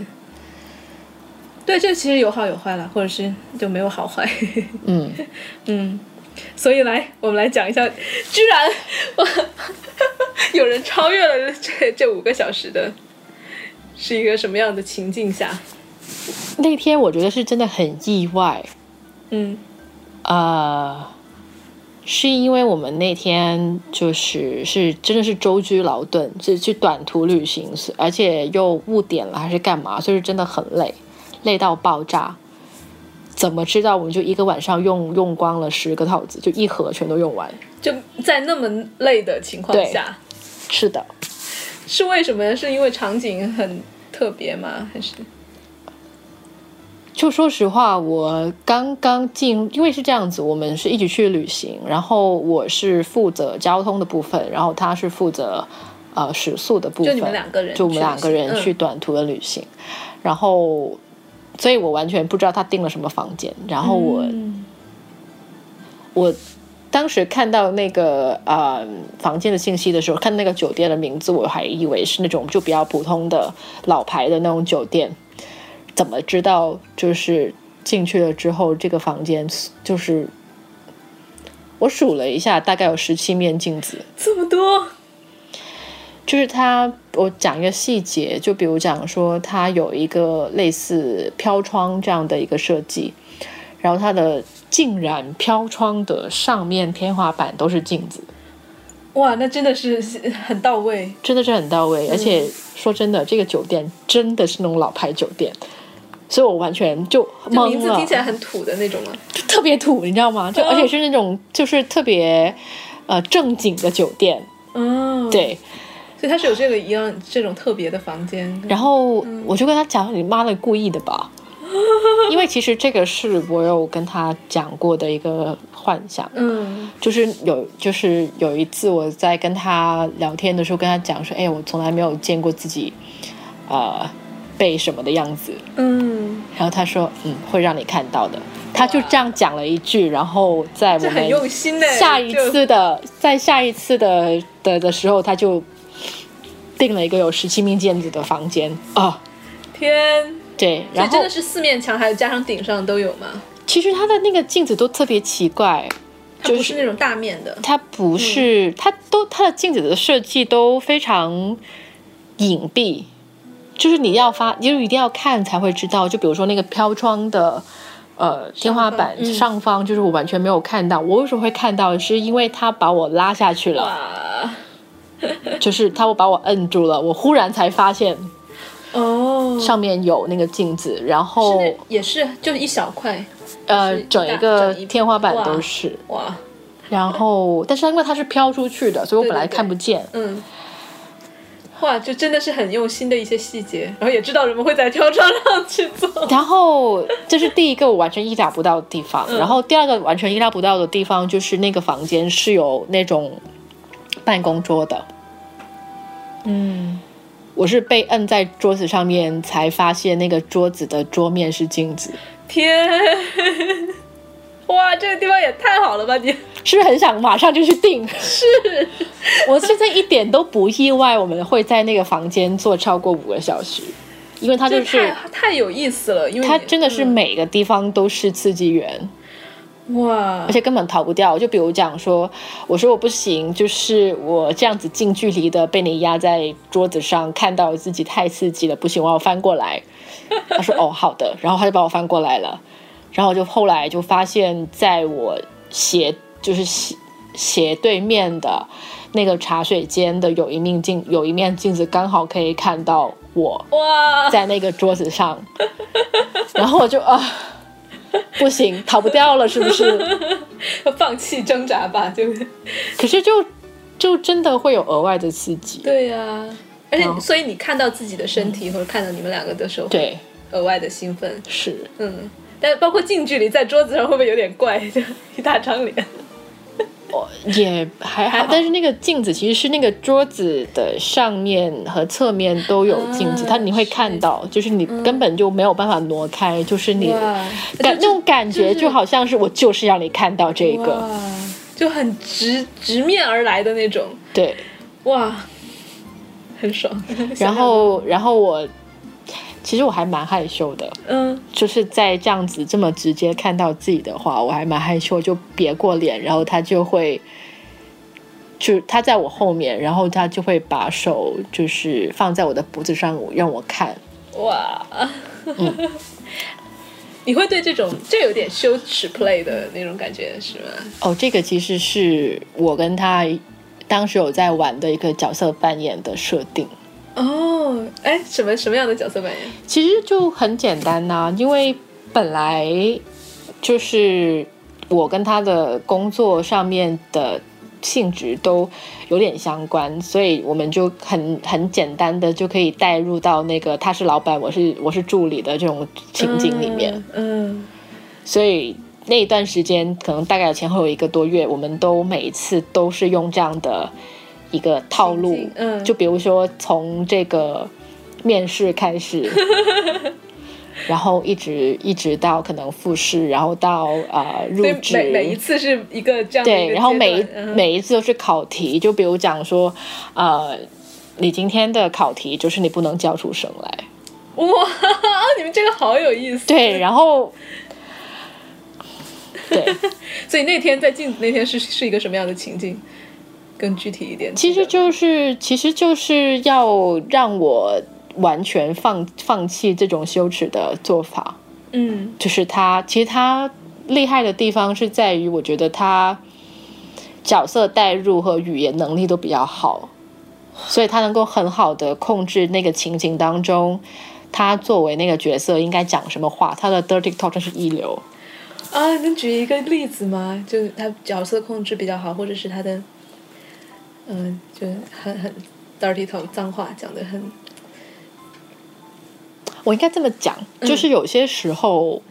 [SPEAKER 4] 对，这其实有好有坏啦，或者是就没有好坏。
[SPEAKER 5] 嗯，
[SPEAKER 4] 嗯，所以来，我们来讲一下，居然我 有人超越了这这五个小时的，是一个什么样的情境下？
[SPEAKER 5] 那天我觉得是真的很意外，
[SPEAKER 4] 嗯
[SPEAKER 5] 呃，是因为我们那天就是是真的是舟车劳顿，是去短途旅行，是而且又误点了还是干嘛，所以真的很累，累到爆炸。怎么知道我们就一个晚上用用光了十个套子，就一盒全都用完？
[SPEAKER 4] 就在那么累的情况
[SPEAKER 5] 对
[SPEAKER 4] 下，
[SPEAKER 5] 是的，
[SPEAKER 4] 是为什么？是因为场景很特别吗？还是
[SPEAKER 5] 就说实话，我刚刚进，因为是这样子，我们是一起去旅行，然后我是负责交通的部分，然后他是负责呃食宿的部分，
[SPEAKER 4] 就你们两个人
[SPEAKER 5] 就我们
[SPEAKER 4] 去旅
[SPEAKER 5] 两个人
[SPEAKER 4] 行嗯
[SPEAKER 5] 去短途的旅行，然后，所以我完全不知道他订了什么房间，然后哦我、
[SPEAKER 4] 嗯
[SPEAKER 5] 我。当时看到那个呃房间的信息的时候，看那个酒店的名字，我还以为是那种就比较普通的老牌的那种酒店，怎么知道就是进去了之后这个房间就是我数了一下，大概有十七面镜子。
[SPEAKER 4] 这么多？
[SPEAKER 5] 就是它，我讲一个细节，就比如讲说，它有一个类似飘窗这样的一个设计，然后它的竟然飘窗的上面天花板都是镜子，
[SPEAKER 4] 哇，那真的是很到位。
[SPEAKER 5] 真的是很到位。而且
[SPEAKER 4] 嗯
[SPEAKER 5] 说真的，这个酒店真的是那种老牌酒店，所以我完全就懵
[SPEAKER 4] 就
[SPEAKER 5] 了。
[SPEAKER 4] 名字听起嗯来很土的那种吗？
[SPEAKER 5] 特别土，你知道吗？就而且是那种就是特别呃正经的酒店，
[SPEAKER 4] 哦，，
[SPEAKER 5] 对。
[SPEAKER 4] 所以它是有这个一样这种特别的房间。
[SPEAKER 5] 然后
[SPEAKER 4] 嗯
[SPEAKER 5] 我就跟他讲：“你妈的，故意的吧？” 因为其实这个是我有跟他讲过的一个幻想，
[SPEAKER 4] 嗯
[SPEAKER 5] 就是有就是有一次我在跟他聊天的时候，跟他讲说：“哎，我从来没有见过自己，呃，被什么的样子。”
[SPEAKER 4] 嗯，
[SPEAKER 5] 然后他说：“嗯，会让你看到的。”他就这样讲了一句，然后在
[SPEAKER 4] 这
[SPEAKER 5] 我
[SPEAKER 4] 很
[SPEAKER 5] 们
[SPEAKER 4] 用心哎呢。
[SPEAKER 5] 下一次的，在下一次的的的时候，他就订了一个有十七面镜子的房间啊。
[SPEAKER 4] 就天，
[SPEAKER 5] 对，
[SPEAKER 4] 所
[SPEAKER 5] 然
[SPEAKER 4] 以真
[SPEAKER 5] 后
[SPEAKER 4] 的是四面墙还有加上顶上都有吗？
[SPEAKER 5] 其实他的那个镜子都特别奇怪，
[SPEAKER 4] 它
[SPEAKER 5] 就
[SPEAKER 4] 不是那种大面的。
[SPEAKER 5] 它不
[SPEAKER 4] 嗯
[SPEAKER 5] 是，它都它的镜子的设计都非常隐蔽，就是你要发，就是一定要看才会知道。就比如说那个飘窗的。呃，天花板
[SPEAKER 4] 嗯
[SPEAKER 5] 上方就是我完全没有看到。我为什么会看到？是因为他把我拉下去了。
[SPEAKER 4] 哇，
[SPEAKER 5] 就是他会把我摁住了，我忽然才发现
[SPEAKER 4] 哦，
[SPEAKER 5] 上面有那个镜子，然
[SPEAKER 4] 是
[SPEAKER 5] 后
[SPEAKER 4] 那也是就一小块。
[SPEAKER 5] 呃
[SPEAKER 4] 是一
[SPEAKER 5] 整一
[SPEAKER 4] 大
[SPEAKER 5] 个
[SPEAKER 4] 整一
[SPEAKER 5] 天花板
[SPEAKER 4] 哇
[SPEAKER 5] 都是，
[SPEAKER 4] 哇，
[SPEAKER 5] 然后但是因为它是飘出去的，所以我
[SPEAKER 4] 对
[SPEAKER 5] 本来
[SPEAKER 4] 对对
[SPEAKER 5] 看不见。
[SPEAKER 4] 嗯。哇，就真的是很用心的一些细节，然后也知道人们会在飘窗上去做。
[SPEAKER 5] 然后这是第一个我完全意料不到的地
[SPEAKER 4] 嗯
[SPEAKER 5] 方，然后第二个完全意料不到的地方就是那个房间是有那种办公桌的，
[SPEAKER 4] 嗯，
[SPEAKER 5] 我是被摁在桌子上面才发现那个桌子的桌面是镜子，
[SPEAKER 4] 天，哇，这个地方也太好了吧你！
[SPEAKER 5] 是不是很想马上就去订？ 是，我现在一点都不意外，我们会在那个房间坐超过五个小时。因为它就
[SPEAKER 4] 这
[SPEAKER 5] 是
[SPEAKER 4] 太太有意思了，因为
[SPEAKER 5] 它
[SPEAKER 4] 你
[SPEAKER 5] 真的是每个地方都是刺激源。
[SPEAKER 4] 嗯哇
[SPEAKER 5] 而，且根本逃不掉。就比如讲说，我说我不行，就是我这样子近距离的被你压在桌子上，看到自己太刺激了，不行，我要翻过来。他说哦好的，然后他就把我翻过来了，然后我就后来就发现，在我斜就是斜斜对面的那个茶水间的有一面镜，有一面镜子刚好可以看到我
[SPEAKER 4] 哇，
[SPEAKER 5] 在那个桌子上， 然后我就啊。不行，逃不掉了，是不是？
[SPEAKER 4] 放弃挣扎吧，对不对？
[SPEAKER 5] 可是就就真的会有额外的刺激。
[SPEAKER 4] 对呀、而且
[SPEAKER 5] 好
[SPEAKER 4] 所以你看到自己的身体或者看到你们两个的时候，，
[SPEAKER 5] 对，
[SPEAKER 4] 额外的兴奋，
[SPEAKER 5] 是
[SPEAKER 4] 嗯。但包括近距离在桌子上会不会有点怪？就 一大张脸，
[SPEAKER 5] 我也还好，但是那个镜子其实是那个桌子的上面和侧面都有镜子，
[SPEAKER 4] 啊
[SPEAKER 5] 它你会看到，嗯就是嗯你根本就没有办法挪开，就是你
[SPEAKER 4] 哇就
[SPEAKER 5] 感那种感觉
[SPEAKER 4] 就是
[SPEAKER 5] 就好像是我就是让你看到这个，
[SPEAKER 4] 哇，就很直直面而来的那种，
[SPEAKER 5] 对。
[SPEAKER 4] 哇，很爽。
[SPEAKER 5] 然后然后我其实我还蛮害羞的，
[SPEAKER 4] 嗯，
[SPEAKER 5] 就是在这样子这么直接看到自己的话，我还蛮害羞，就别过脸，然后他就会，就他在我后面，然后他就会把手就是放在我的脖子上让我看，
[SPEAKER 4] 哇，你会对这种这有点羞耻 play 的那种感觉是吗？
[SPEAKER 5] 哦，这个其实是我跟他当时有在玩的一个角色扮演的设定。
[SPEAKER 4] 哦，哎，什么什么样的角色扮演？
[SPEAKER 5] 其实就很简单呐、因为本来就是我跟他的工作上面的性质都有点相关，所以我们就很很简单的就可以带入到那个他是老板，我是我是助理的这种情景里面，
[SPEAKER 4] 嗯，
[SPEAKER 5] 所以。那一段时间，可能大概有前后有一个多月，我们都每一次都是用这样的一个套路
[SPEAKER 4] 情境，嗯
[SPEAKER 5] 就比如说从这个面试开始， 然后一直一直到可能复试，然后到呃入
[SPEAKER 4] 所以
[SPEAKER 5] 职，
[SPEAKER 4] 每每一次是一个这样的一
[SPEAKER 5] 对，
[SPEAKER 4] 个
[SPEAKER 5] 然后
[SPEAKER 4] 阶
[SPEAKER 5] 每一
[SPEAKER 4] 段嗯
[SPEAKER 5] 每一次都是考题，就比如讲说，呃，你今天的考题就是你不能叫出声来，
[SPEAKER 4] 哇， 你们这个好有意思。
[SPEAKER 5] 对，然后。对，
[SPEAKER 4] 所以那天在镜子那天是是一个什么样的情境？更具体一点。
[SPEAKER 5] 其实就是其实就是要让我完全放放弃这种羞耻的做法，
[SPEAKER 4] 嗯
[SPEAKER 5] 就是他，其实他厉害的地方是在于，我觉得他角色代入和语言能力都比较好，所以他能够很好的控制那个情景当中，他作为那个角色应该讲什么话，他的 dirty talk 真是一流。
[SPEAKER 4] 啊，能举一个例子吗？就他角色控制比较好，或者是他的，嗯、就很很 dirty talk 脏话讲的很
[SPEAKER 5] 啊我应该这么讲，就是有些时候、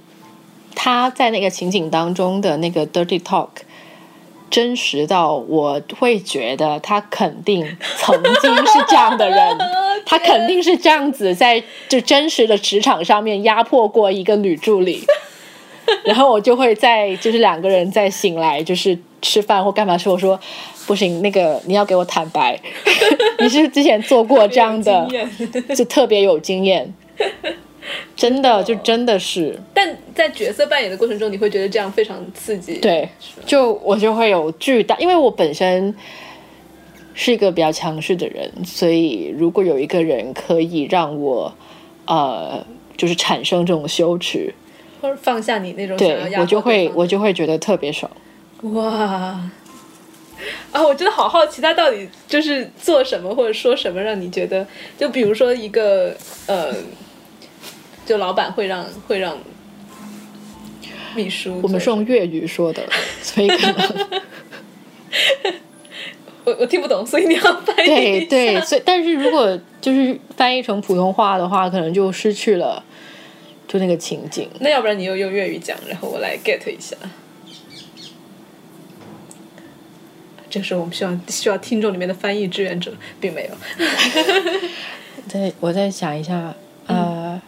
[SPEAKER 5] 他在那个情景当中的那个 dirty talk。真实到我会觉得他肯定曾经是这样的人，他肯定是这样子在就真实的职场上面压迫过一个女助 理，然后我就会在就是两个人在醒来就是吃饭或干嘛的时候我说不行，那个你要给我坦白， 你是之前做过这样的，
[SPEAKER 4] 没有经验
[SPEAKER 5] 就特别有经 验，真的就真的是
[SPEAKER 4] 但在角色扮演的过程中，你会觉得这样非常刺激。，
[SPEAKER 5] 对，就我就会有巨大，因为我本身是一个比较强势的人，所以如果有一个人可以让我呃，就是产生这种羞耻，
[SPEAKER 4] 或者放下你那种想要
[SPEAKER 5] 对
[SPEAKER 4] 压迫
[SPEAKER 5] 我
[SPEAKER 4] 对
[SPEAKER 5] 就会
[SPEAKER 4] 方
[SPEAKER 5] 我就会觉得特别爽。
[SPEAKER 4] 哇啊！我真的好好奇，他到底就是做什么或者说什么，让你觉得，就比如说一个呃，就老板会让会让秘书做，
[SPEAKER 5] 我们是用粤语 说的，所以可能
[SPEAKER 4] 我我听不懂，所以你要翻译
[SPEAKER 5] 对
[SPEAKER 4] 一下
[SPEAKER 5] 对，所以但是如果就是翻译成普通话的话，可能就失去了就那个情景。
[SPEAKER 4] 那要不然你又用粤语讲，然后我来 get 一下。这时候我们需要需要听众里面的翻译志愿者，并 没有。
[SPEAKER 5] 再我再想一下，呃，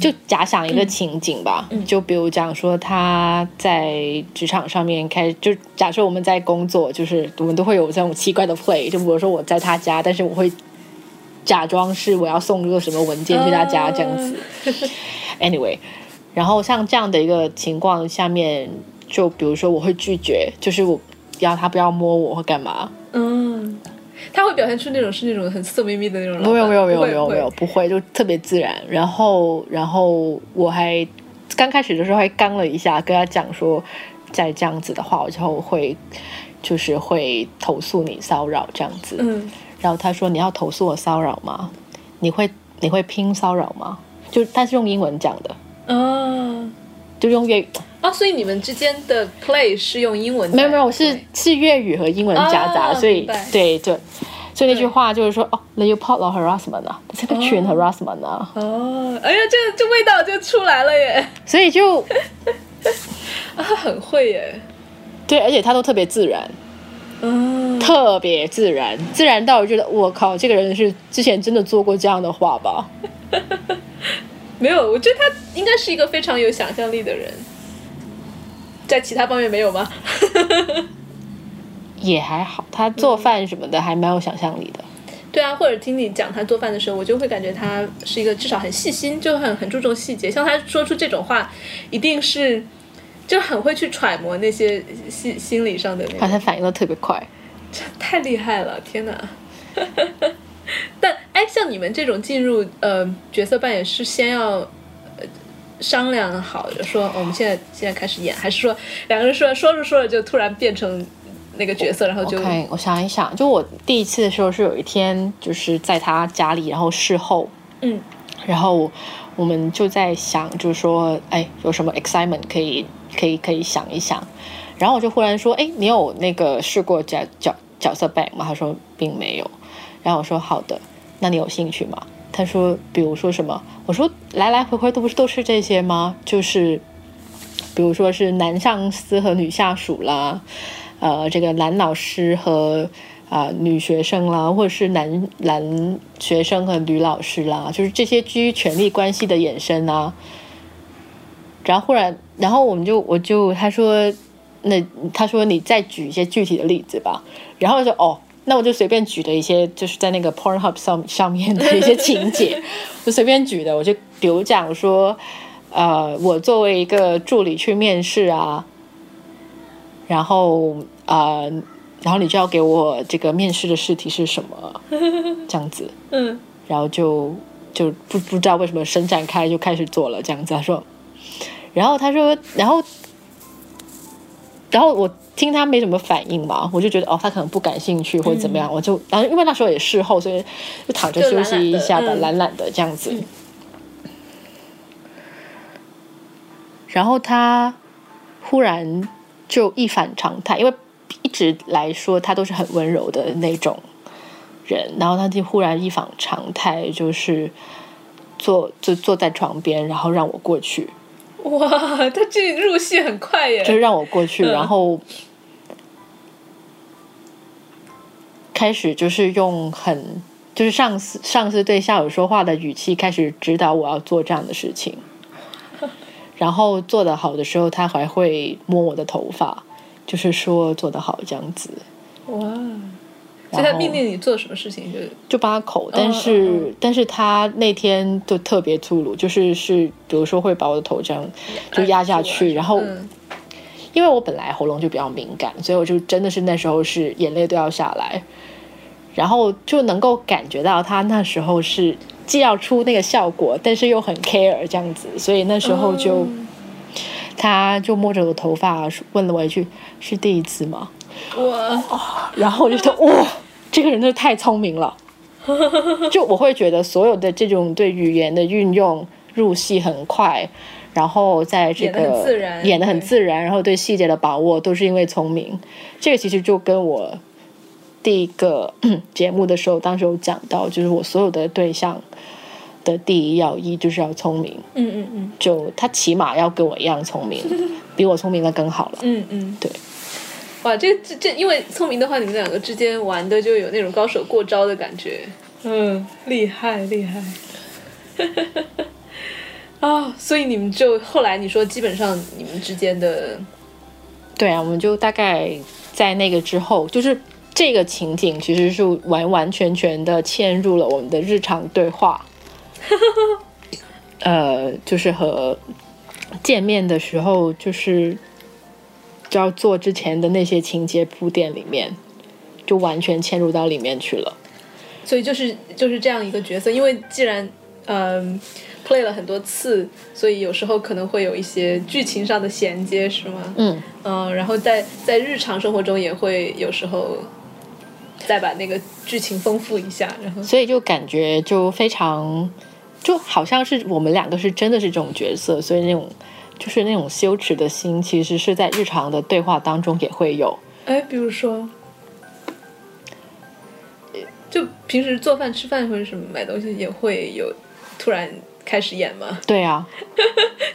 [SPEAKER 5] 就假想一个情景吧，就比如讲说他在职场上面开，就假设我们在工作，就是我们都会有这种奇怪的 play，就比如说我在他家，但是我会假装是我要送个什么文件去他家、这
[SPEAKER 4] 嗯
[SPEAKER 5] 样子。Anyway，然后像这样的一个情况下面，就比如说我会拒绝，就是我要他不要摸我或干嘛，
[SPEAKER 4] 嗯，他会表现出那种是那种很色眯眯的那种老板。
[SPEAKER 5] 没有没有没有
[SPEAKER 4] 不会
[SPEAKER 5] 没有没有，，不会，就特别自然。然后然后我还刚开始的时候还刚了一下，跟他讲说，再这样子的话，我就会就是会投诉你骚扰这样子。
[SPEAKER 4] 不会嗯，
[SPEAKER 5] 然后他说你要投诉我骚扰吗？你会你会拼骚扰吗？就他是用英文讲的，
[SPEAKER 4] 哦
[SPEAKER 5] 就用粤语，
[SPEAKER 4] 哦，所以你们之间的 play 是用英文在？
[SPEAKER 5] 没有没有，我是是粤语和英文夹杂，
[SPEAKER 4] 啊
[SPEAKER 5] 所以
[SPEAKER 4] 明白
[SPEAKER 5] 对对，所以那句
[SPEAKER 4] 对
[SPEAKER 5] 话就是说哦，你要 pot 落 harassment 啊，这个全 harassment 啊。
[SPEAKER 4] 哦，哎呀，这这味道就出来了耶！
[SPEAKER 5] 所以就
[SPEAKER 4] 啊，他很会耶，
[SPEAKER 5] 对，而且他都特别自然，
[SPEAKER 4] 嗯，
[SPEAKER 5] 特别自然，自然到我觉得我靠，这个人是之前真的做过这样的话吧？
[SPEAKER 4] 没有，我觉得他应该是一个非常有想象力的人，在其他方面没有吗？
[SPEAKER 5] 也还好，他做饭什么的还蛮有想象力的。
[SPEAKER 4] 对啊，或者听你讲他做饭的时候，我就会感觉他是一个至少很细心，就很很注重细节。像他说出这种话，一定是就很会去揣摩那些心心理上的那
[SPEAKER 5] 而且
[SPEAKER 4] 种，
[SPEAKER 5] 反应的特别快，
[SPEAKER 4] 太厉害了，天哪！ 但哎，像你们这种进入呃角色扮演是先要。呃商量好，说、哦我们现在现在开始演，还是说两个人说说着说着就突然变成那个角色，然后
[SPEAKER 5] 我
[SPEAKER 4] 就
[SPEAKER 5] 看我想一想，就我第一次的时候是有一天就是在他家里，然后事后，
[SPEAKER 4] 嗯，
[SPEAKER 5] 然后我们就在想，就是说，哎，有什么 excitement 可以可以可以想一想。然后我就忽然说，哎，你有那个试过角角角色扮演吗？他说并没有。然后我说好的，那你有兴趣吗？他说，比如说什么？我说来来回回都不是都是这些吗？就是，比如说是男上司和女下属啦，呃，这个男老师和啊、女学生啦，或者是男男学生和女老师啦，就是这些基于权力关系的衍生啊。然后忽然，然后我们就我就他说，那他说你再举一些具体的例子吧。然后我就哦，那我就随便举了一些，就是在那个 Pornhub 上上面的一些情节，我随便举的，我就比如讲说，呃，我作为一个助理去面试啊，然后呃，然后你就要给我这个面试的试题是什么，这样子，
[SPEAKER 4] 嗯，
[SPEAKER 5] 然后就就不不知道为什么伸展开就开始做了这样子。他说，然后他说，然后然后我听他没什么反应嘛，我就觉得哦，他可能不感兴趣或者怎么样，我就然后因为那时候也事后，所以就躺着
[SPEAKER 4] 就
[SPEAKER 5] 休
[SPEAKER 4] 懒懒
[SPEAKER 5] 息一
[SPEAKER 4] 的
[SPEAKER 5] 下吧，
[SPEAKER 4] 嗯
[SPEAKER 5] 懒懒的这样子。然后他忽然就一反常态，因为一直来说他都是很温柔的那种人，然后他就忽然一反常态，就是坐就坐在床边，然后让我过去，
[SPEAKER 4] 哇，他这入戏很快耶，
[SPEAKER 5] 就是让我过去，
[SPEAKER 4] 嗯
[SPEAKER 5] 然后开始就是用很就是上司上司对下属说话的语气开始指导我要做这样的事情，然后做得好的时候，他还会摸我的头发，就是说做得好这样子，
[SPEAKER 4] 哇！所
[SPEAKER 5] 然
[SPEAKER 4] 以
[SPEAKER 5] 后
[SPEAKER 4] 他命令你做什么事情就
[SPEAKER 5] 就帮他口，但是、
[SPEAKER 4] 嗯
[SPEAKER 5] 但是他那天就特别粗鲁，就是是比如说会把我的头这样就压下去，然后。
[SPEAKER 4] 嗯
[SPEAKER 5] 因为我本来喉咙就比较敏感，所以我就真的是那时候是眼泪都要下来，然后就能够感觉到他那时候是既要出那个效果，但是又很 care 这样子，所以那时候就、
[SPEAKER 4] 哦嗯
[SPEAKER 5] 他就摸着我头发问了我一句：“是第一次吗
[SPEAKER 4] 哇，？”
[SPEAKER 5] 然后我就觉得哇，这个人真的太聪明了， 就我会觉得所有的这种对语言的运用入戏很快。然后在这
[SPEAKER 4] 演
[SPEAKER 5] 个
[SPEAKER 4] 得很自然
[SPEAKER 5] 演得很
[SPEAKER 4] 对
[SPEAKER 5] 自然，然后对细节的把握都是因为聪明。这个其实就跟我第一个 节目的时候，当时有讲到，就是我所有的对象的第一要义就是要聪明，
[SPEAKER 4] 嗯嗯嗯
[SPEAKER 5] 就他起码要跟我一样聪明，比我聪明的更好了。
[SPEAKER 4] 嗯嗯，
[SPEAKER 5] 对，
[SPEAKER 4] 哇，这这这，因为聪明的话，你们两个之间玩的就有那种高手过招的感觉，嗯，厉害厉害。 啊，所以你们就后来你说，基本上你们之间的
[SPEAKER 5] 对啊，我们就大概在那个之后，就是这个情景其实是完完全全的嵌入了我们的日常对话。呃，就是和见面的时候，就是就要做之前的那些情节铺垫里面，就完全嵌入到里面去了。
[SPEAKER 4] 所以就是就是这样一个角色，因为既然嗯、play 了很多次，所以有时候可能会有一些剧情上的衔接，是吗？
[SPEAKER 5] 嗯，
[SPEAKER 4] 嗯，然后在在日常生活中也会有时候再把那个剧情丰富一下，然后
[SPEAKER 5] 所以就感觉就非常，就好像是我们两个是真的是这种角色，所以那种就是那种羞耻的心，其实是在日常的对话当中也会有。
[SPEAKER 4] 哎，比如说，就平时做饭、吃饭或者什么买东西也会有突然开始演吗？
[SPEAKER 5] 对啊，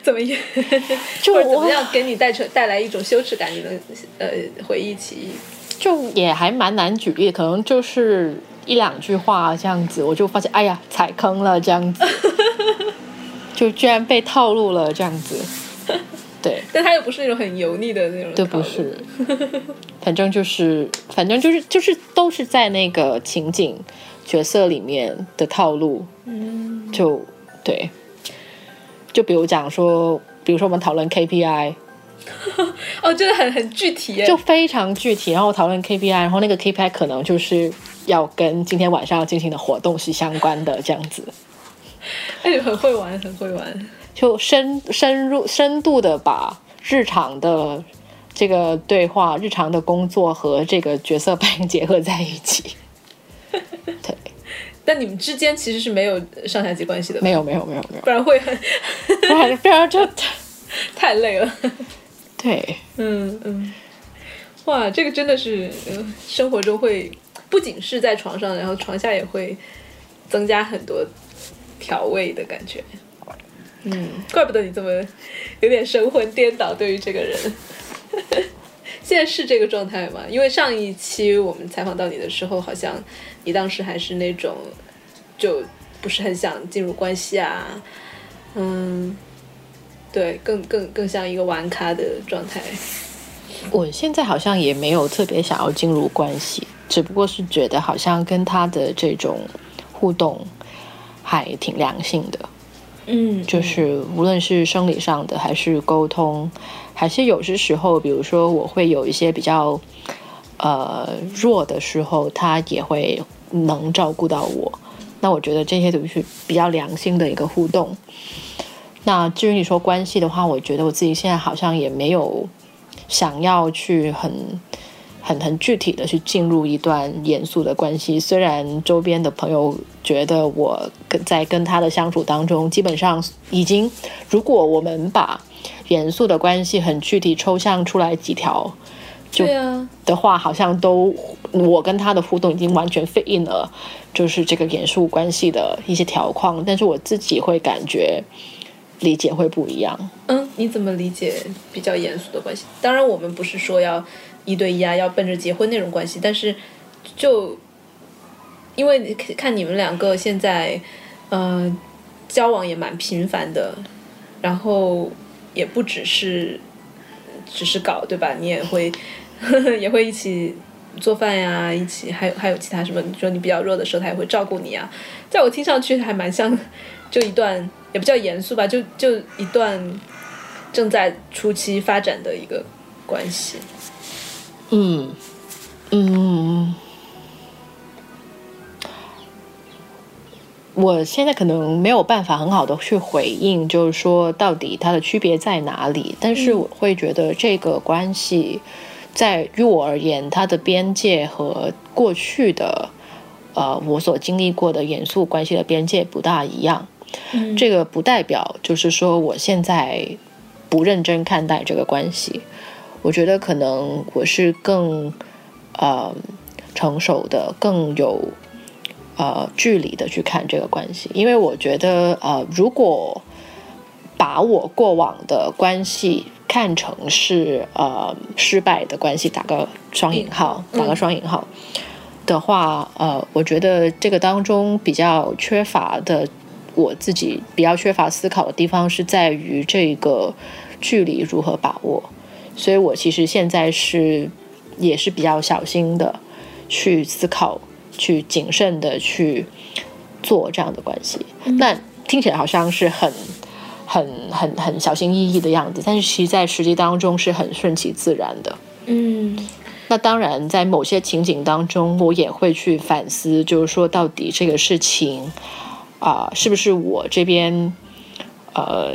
[SPEAKER 4] 怎么演？
[SPEAKER 5] 就
[SPEAKER 4] 或者怎
[SPEAKER 5] 我
[SPEAKER 4] 么样给你带出带来一种羞耻感？你能呃回忆起
[SPEAKER 5] 就也还蛮难举例，可能就是一两句话这样子，我就发现哎呀踩坑了这样子，就居然被套路了这样子。对，
[SPEAKER 4] 但他又不是那种很油腻的那种，
[SPEAKER 5] 对，不？是，反正就是，反正就是，就是都是在那个情景角色里面的套路，嗯，就对，就比如讲说，比如说我们讨论 KPI，
[SPEAKER 4] 哦，真的很很具体耶，
[SPEAKER 5] 就非常具体，然后讨论 KPI，然后那个 KPI 可能就是要跟今天晚上要进行的活动是相关的，这样子，
[SPEAKER 4] 哎，很会玩，很会玩。
[SPEAKER 5] 就深深入深度的把日常的这个对话、日常的工作和这个角色扮演结合在一起。对，
[SPEAKER 4] 但你们之间其实是没有上下级关系的吧，
[SPEAKER 5] 没有没有没有没有，
[SPEAKER 4] 不然会很
[SPEAKER 5] 不然不然就
[SPEAKER 4] 太累了。
[SPEAKER 5] 对
[SPEAKER 4] 嗯，嗯，哇，这个真的是，呃，生活中会不仅是在床上，然后床下也会增加很多调味的感觉。嗯，怪不得你这么有点神魂颠倒，对于这个人， 现在是这个状态吗？因为上一期我们采访到你的时候，好像你当时还是那种就不是很想进入关系啊，嗯。对，更更更像一个玩咖的状态。
[SPEAKER 5] 我现在好像也没有特别想要进入关系，只不过是觉得好像跟他的这种互动还挺良性的。
[SPEAKER 4] 嗯，
[SPEAKER 5] 就是无论是生理上的，还是沟通，还是有些时候，比如说我会有一些比较呃弱的时候，他也会能照顾到我。那我觉得这些都是比较良性的一个互动。那至于你说关系的话，我觉得我自己现在好像也没有想要去很很很具体的去进入一段严肃的关系。虽然周边的朋友觉得我跟在跟他的相处当中，基本上已经，如果我们把严肃的关系很具体抽象出来几条就
[SPEAKER 4] 对啊，
[SPEAKER 5] 的话，好像都我跟他的互动已经完全 fit in 了，就是这个严肃关系的一些条框。但是我自己会感觉理解会不一样。
[SPEAKER 4] 嗯，你怎么理解比较严肃的关系？当然，我们不是说要一对一啊，要奔着结婚那种关系，但是就因为你看看你们两个现在，呃，交往也蛮频繁的，然后也不只是只是搞对吧？你也会 也会一起做饭呀、一起还有还有其他什么？你说你比较弱的时候，他也会照顾你啊。在我听上去还蛮像，就一段也不叫严肃吧，就就一段正在初期发展的一个关系。
[SPEAKER 5] 嗯，嗯，我现在可能没有办法很好的去回应，就是说到底它的区别在哪里？但是我会觉得这个关系，在于我而言，它的边界和过去的呃我所经历过的严肃关系的边界不大一样。这个不代表就是说我现在不认真看待这个关系。我觉得可能我是更呃成熟的，更有呃距离的去看这个关系，因为我觉得呃，如果把我过往的关系看成是呃失败的关系，打个双引号，打个双引号。的话，呃，我觉得这个当中比较缺乏的我自己比较缺乏思考的地方是在于这个距离如何把握，所以我其实现在是也是比较小心的去思考，去谨慎的去做这样的关系。那听起来好像是很。很很很小心翼翼的样子，但是其实，在实际当中是很顺其自然的。
[SPEAKER 4] 嗯，
[SPEAKER 5] 那当然，在某些情景当中，我也会去反思，就是说，到底这个事情啊、是不是我这边呃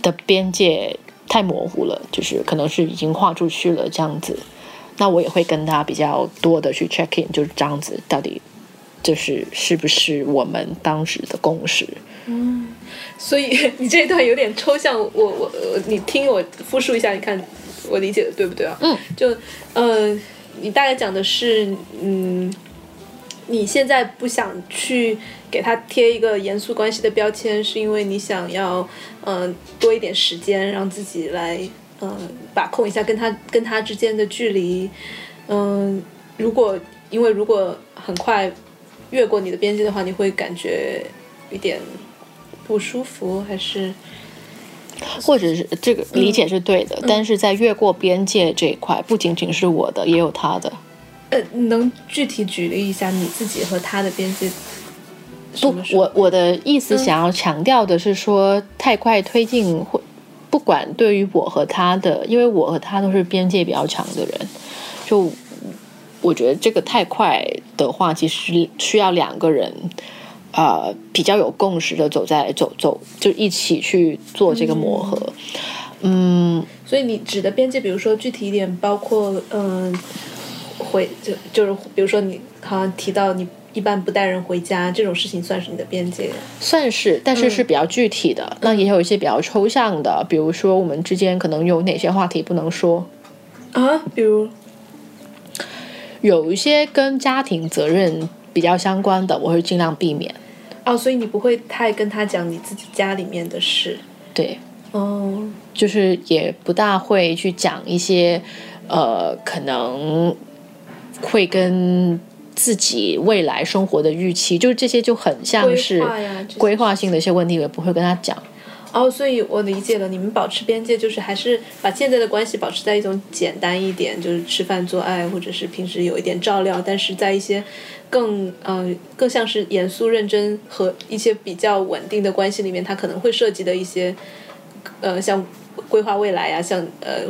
[SPEAKER 5] 的边界太模糊了，就是可能是已经画出去了这样子。那我也会跟他比较多的去 check in，就是这样子，到底就是是不是我们当时的共识？
[SPEAKER 4] 所以你这一段有点抽象，我我我你听我复述一下，你看我理解的对不对啊？
[SPEAKER 5] 嗯，
[SPEAKER 4] 就呃，你大概讲的是，嗯，你现在不想去给他贴一个严肃关系的标签，是因为你想要嗯、呃多一点时间，让自己来嗯、呃把控一下跟他跟他之间的距离。嗯、如果因为如果很快越过你的边界的话，你会感觉一点不舒服，还是
[SPEAKER 5] 或者是这个理解是对的，但是在越过边界这一块，不仅仅是我的，也有他的。
[SPEAKER 4] 呃，能具体举例一下你自己和他的边界？
[SPEAKER 5] 不
[SPEAKER 4] 么，时候嗯
[SPEAKER 5] 我我的意思想要强调的是说，太快推进会，不管对于我和他的，因为我和他都是边界比较长的人，就我觉得这个太快的话，其实需要两个人。呃，比较有共识的走在走走，就一起去做这个磨合。嗯，
[SPEAKER 4] 所以你指的边界，比如说具体一点，包括嗯、回就就是比如说你好像提到你一般不带人回家这种事情，算是你的边界。
[SPEAKER 5] 算是，但是
[SPEAKER 4] 嗯
[SPEAKER 5] 是比较具体的。那也有一些比较抽象的，比如说我们之间可能有哪些话题不能说，
[SPEAKER 4] 啊，比如
[SPEAKER 5] 有一些跟家庭责任比较相关的，我会尽量避免。
[SPEAKER 4] 哦，所以你不会太跟他讲你自己家里面的事。
[SPEAKER 5] 对，
[SPEAKER 4] 哦，
[SPEAKER 5] 就是也不大会去讲一些，呃，可能会跟自己未来生活的预期，就是这些就很像是
[SPEAKER 4] 规划呀这些
[SPEAKER 5] 规划性的一些问题，我也不会跟他讲。
[SPEAKER 4] 哦，所以我理解了，你们保持边界就是还是把现在的关系保持在一种简单一点，就是吃饭做爱，或者是平时有一点照料，但是在一些更呃更像是严肃认真和一些比较稳定的关系里面，它可能会涉及的一些呃像规划未来啊，像呃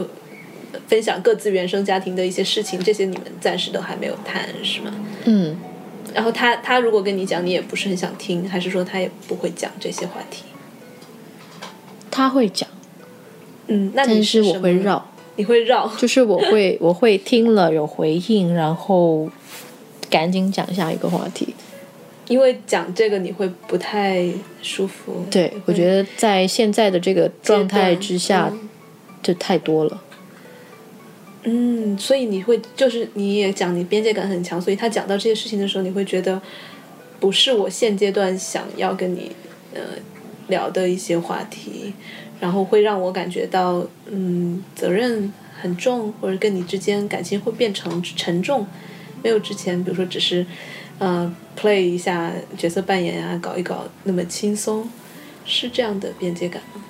[SPEAKER 4] 分享各自原生家庭的一些事情，这些你们暂时都还没有谈，是吗？
[SPEAKER 5] 嗯，
[SPEAKER 4] 然后他他如果跟你讲，你也不是很想听，还是说他也不会讲这些话题？
[SPEAKER 5] 他会讲，
[SPEAKER 4] 嗯，那你
[SPEAKER 5] 但是我
[SPEAKER 4] 什么
[SPEAKER 5] 会绕。
[SPEAKER 4] 你会绕，
[SPEAKER 5] 就是我会我会听了有回应，然后赶紧讲下一个话题。
[SPEAKER 4] 因为讲这个你会不太舒服。
[SPEAKER 5] 对，我觉得在现在的这个状态之下，
[SPEAKER 4] 嗯
[SPEAKER 5] 就太多了。
[SPEAKER 4] 嗯，所以你会就是你也讲你边界感很强，所以他讲到这些事情的时候，你会觉得不是我现阶段想要跟你呃聊的一些话题，然后会让我感觉到嗯责任很重，或者跟你之间感情会变成沉重，没有之前比如说只是呃 play 一下角色扮演啊，搞一搞那么轻松，是这样的边界感吗？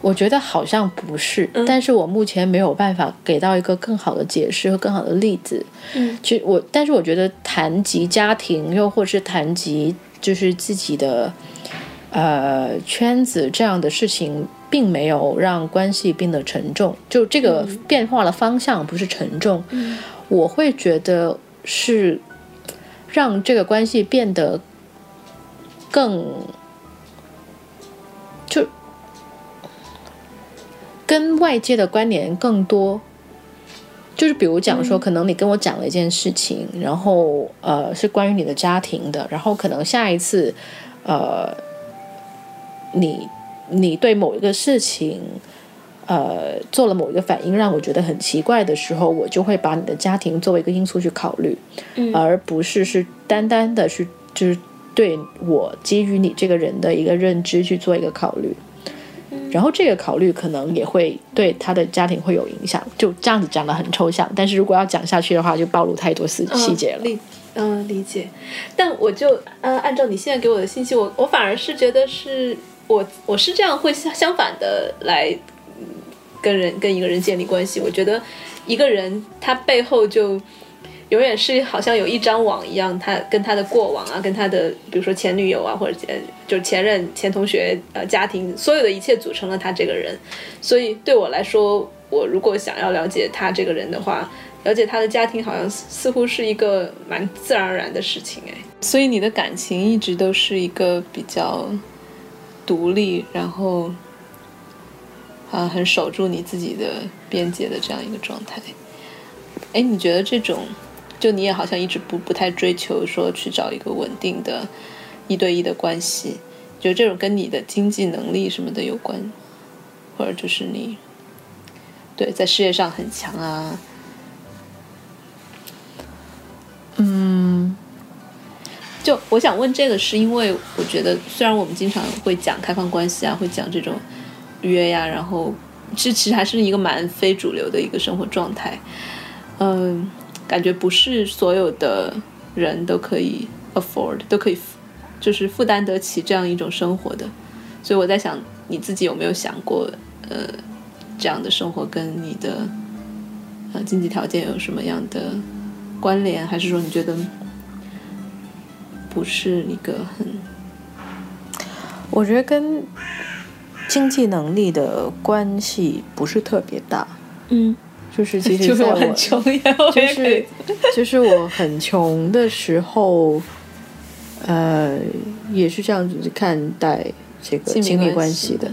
[SPEAKER 5] 我觉得好像不是，但是我目前没有办法给到一个更好的解释和更好的例子。
[SPEAKER 4] 嗯，
[SPEAKER 5] 其实我，但是我觉得谈及家庭，又或是谈及就是自己的呃圈子这样的事情，并没有让关系变得沉重。就这个变化的方向不是沉重，我会觉得是让这个关系变得更就跟外界的关联更多。就是比如讲说，可能你跟我讲了一件事情，然后呃是关于你的家庭的，然后可能下一次，呃，你你对某一个事情，呃做了某一个反应，让我觉得很奇怪的时候，我就会把你的家庭作为一个因素去考虑，而不是是单单的去就是对我基于你这个人的一个认知去做一个考虑。
[SPEAKER 6] 然后这个考虑可能也会对他的家庭会有影响。就这样子讲的很抽象，但是如果要讲下去的话，就暴露太多细细节了。
[SPEAKER 7] 理嗯、理解，但我就呃按照你现在给我的信息，我我反而是觉得是我我是这样会相相反的来嗯跟人跟一个人建立关系。我觉得一个人他背后就永远是好像有一张网一样，他跟他的过往啊，跟他的比如说前女友啊，或者前就是前任、前同学、呃家庭，所有的一切组成了他这个人。所以对我来说，我如果想要了解他这个人的话，了解他的家庭好像似似乎是一个蛮自然而然的事情哎。
[SPEAKER 4] 所以你的感情一直都是一个比较独立，然后啊很守住你自己的边界的这样一个状态。哎，你觉得这种，就你也好像一直不不太追求说去找一个稳定的一对一的关系，你觉得这种跟你的经济能力什么的有关，或者就是你对在事业上很强啊，就我想问这个，是因为我觉得，虽然我们经常会讲开放关系啊，会讲这种约呀、然后这其实还是一个蛮非主流的一个生活状态。嗯，感觉不是所有的人都可以 afford，都可以就是负担得起这样一种生活的。所以我在想，你自己有没有想过，呃，这样的生活跟你的呃经济条件有什么样的关联？还是说你觉得不是一个很
[SPEAKER 5] 我觉得跟经济能力的关系不是特别大，
[SPEAKER 4] 嗯，
[SPEAKER 5] 就是其实
[SPEAKER 4] 就是
[SPEAKER 5] 在
[SPEAKER 4] 我
[SPEAKER 5] 我
[SPEAKER 4] 很穷呀，我
[SPEAKER 5] 就
[SPEAKER 4] 也可以
[SPEAKER 5] 是 就是我很穷的时候，呃，也是这样子看待这个
[SPEAKER 4] 亲密
[SPEAKER 5] 亲密
[SPEAKER 4] 关
[SPEAKER 5] 关
[SPEAKER 4] 系
[SPEAKER 5] 系的。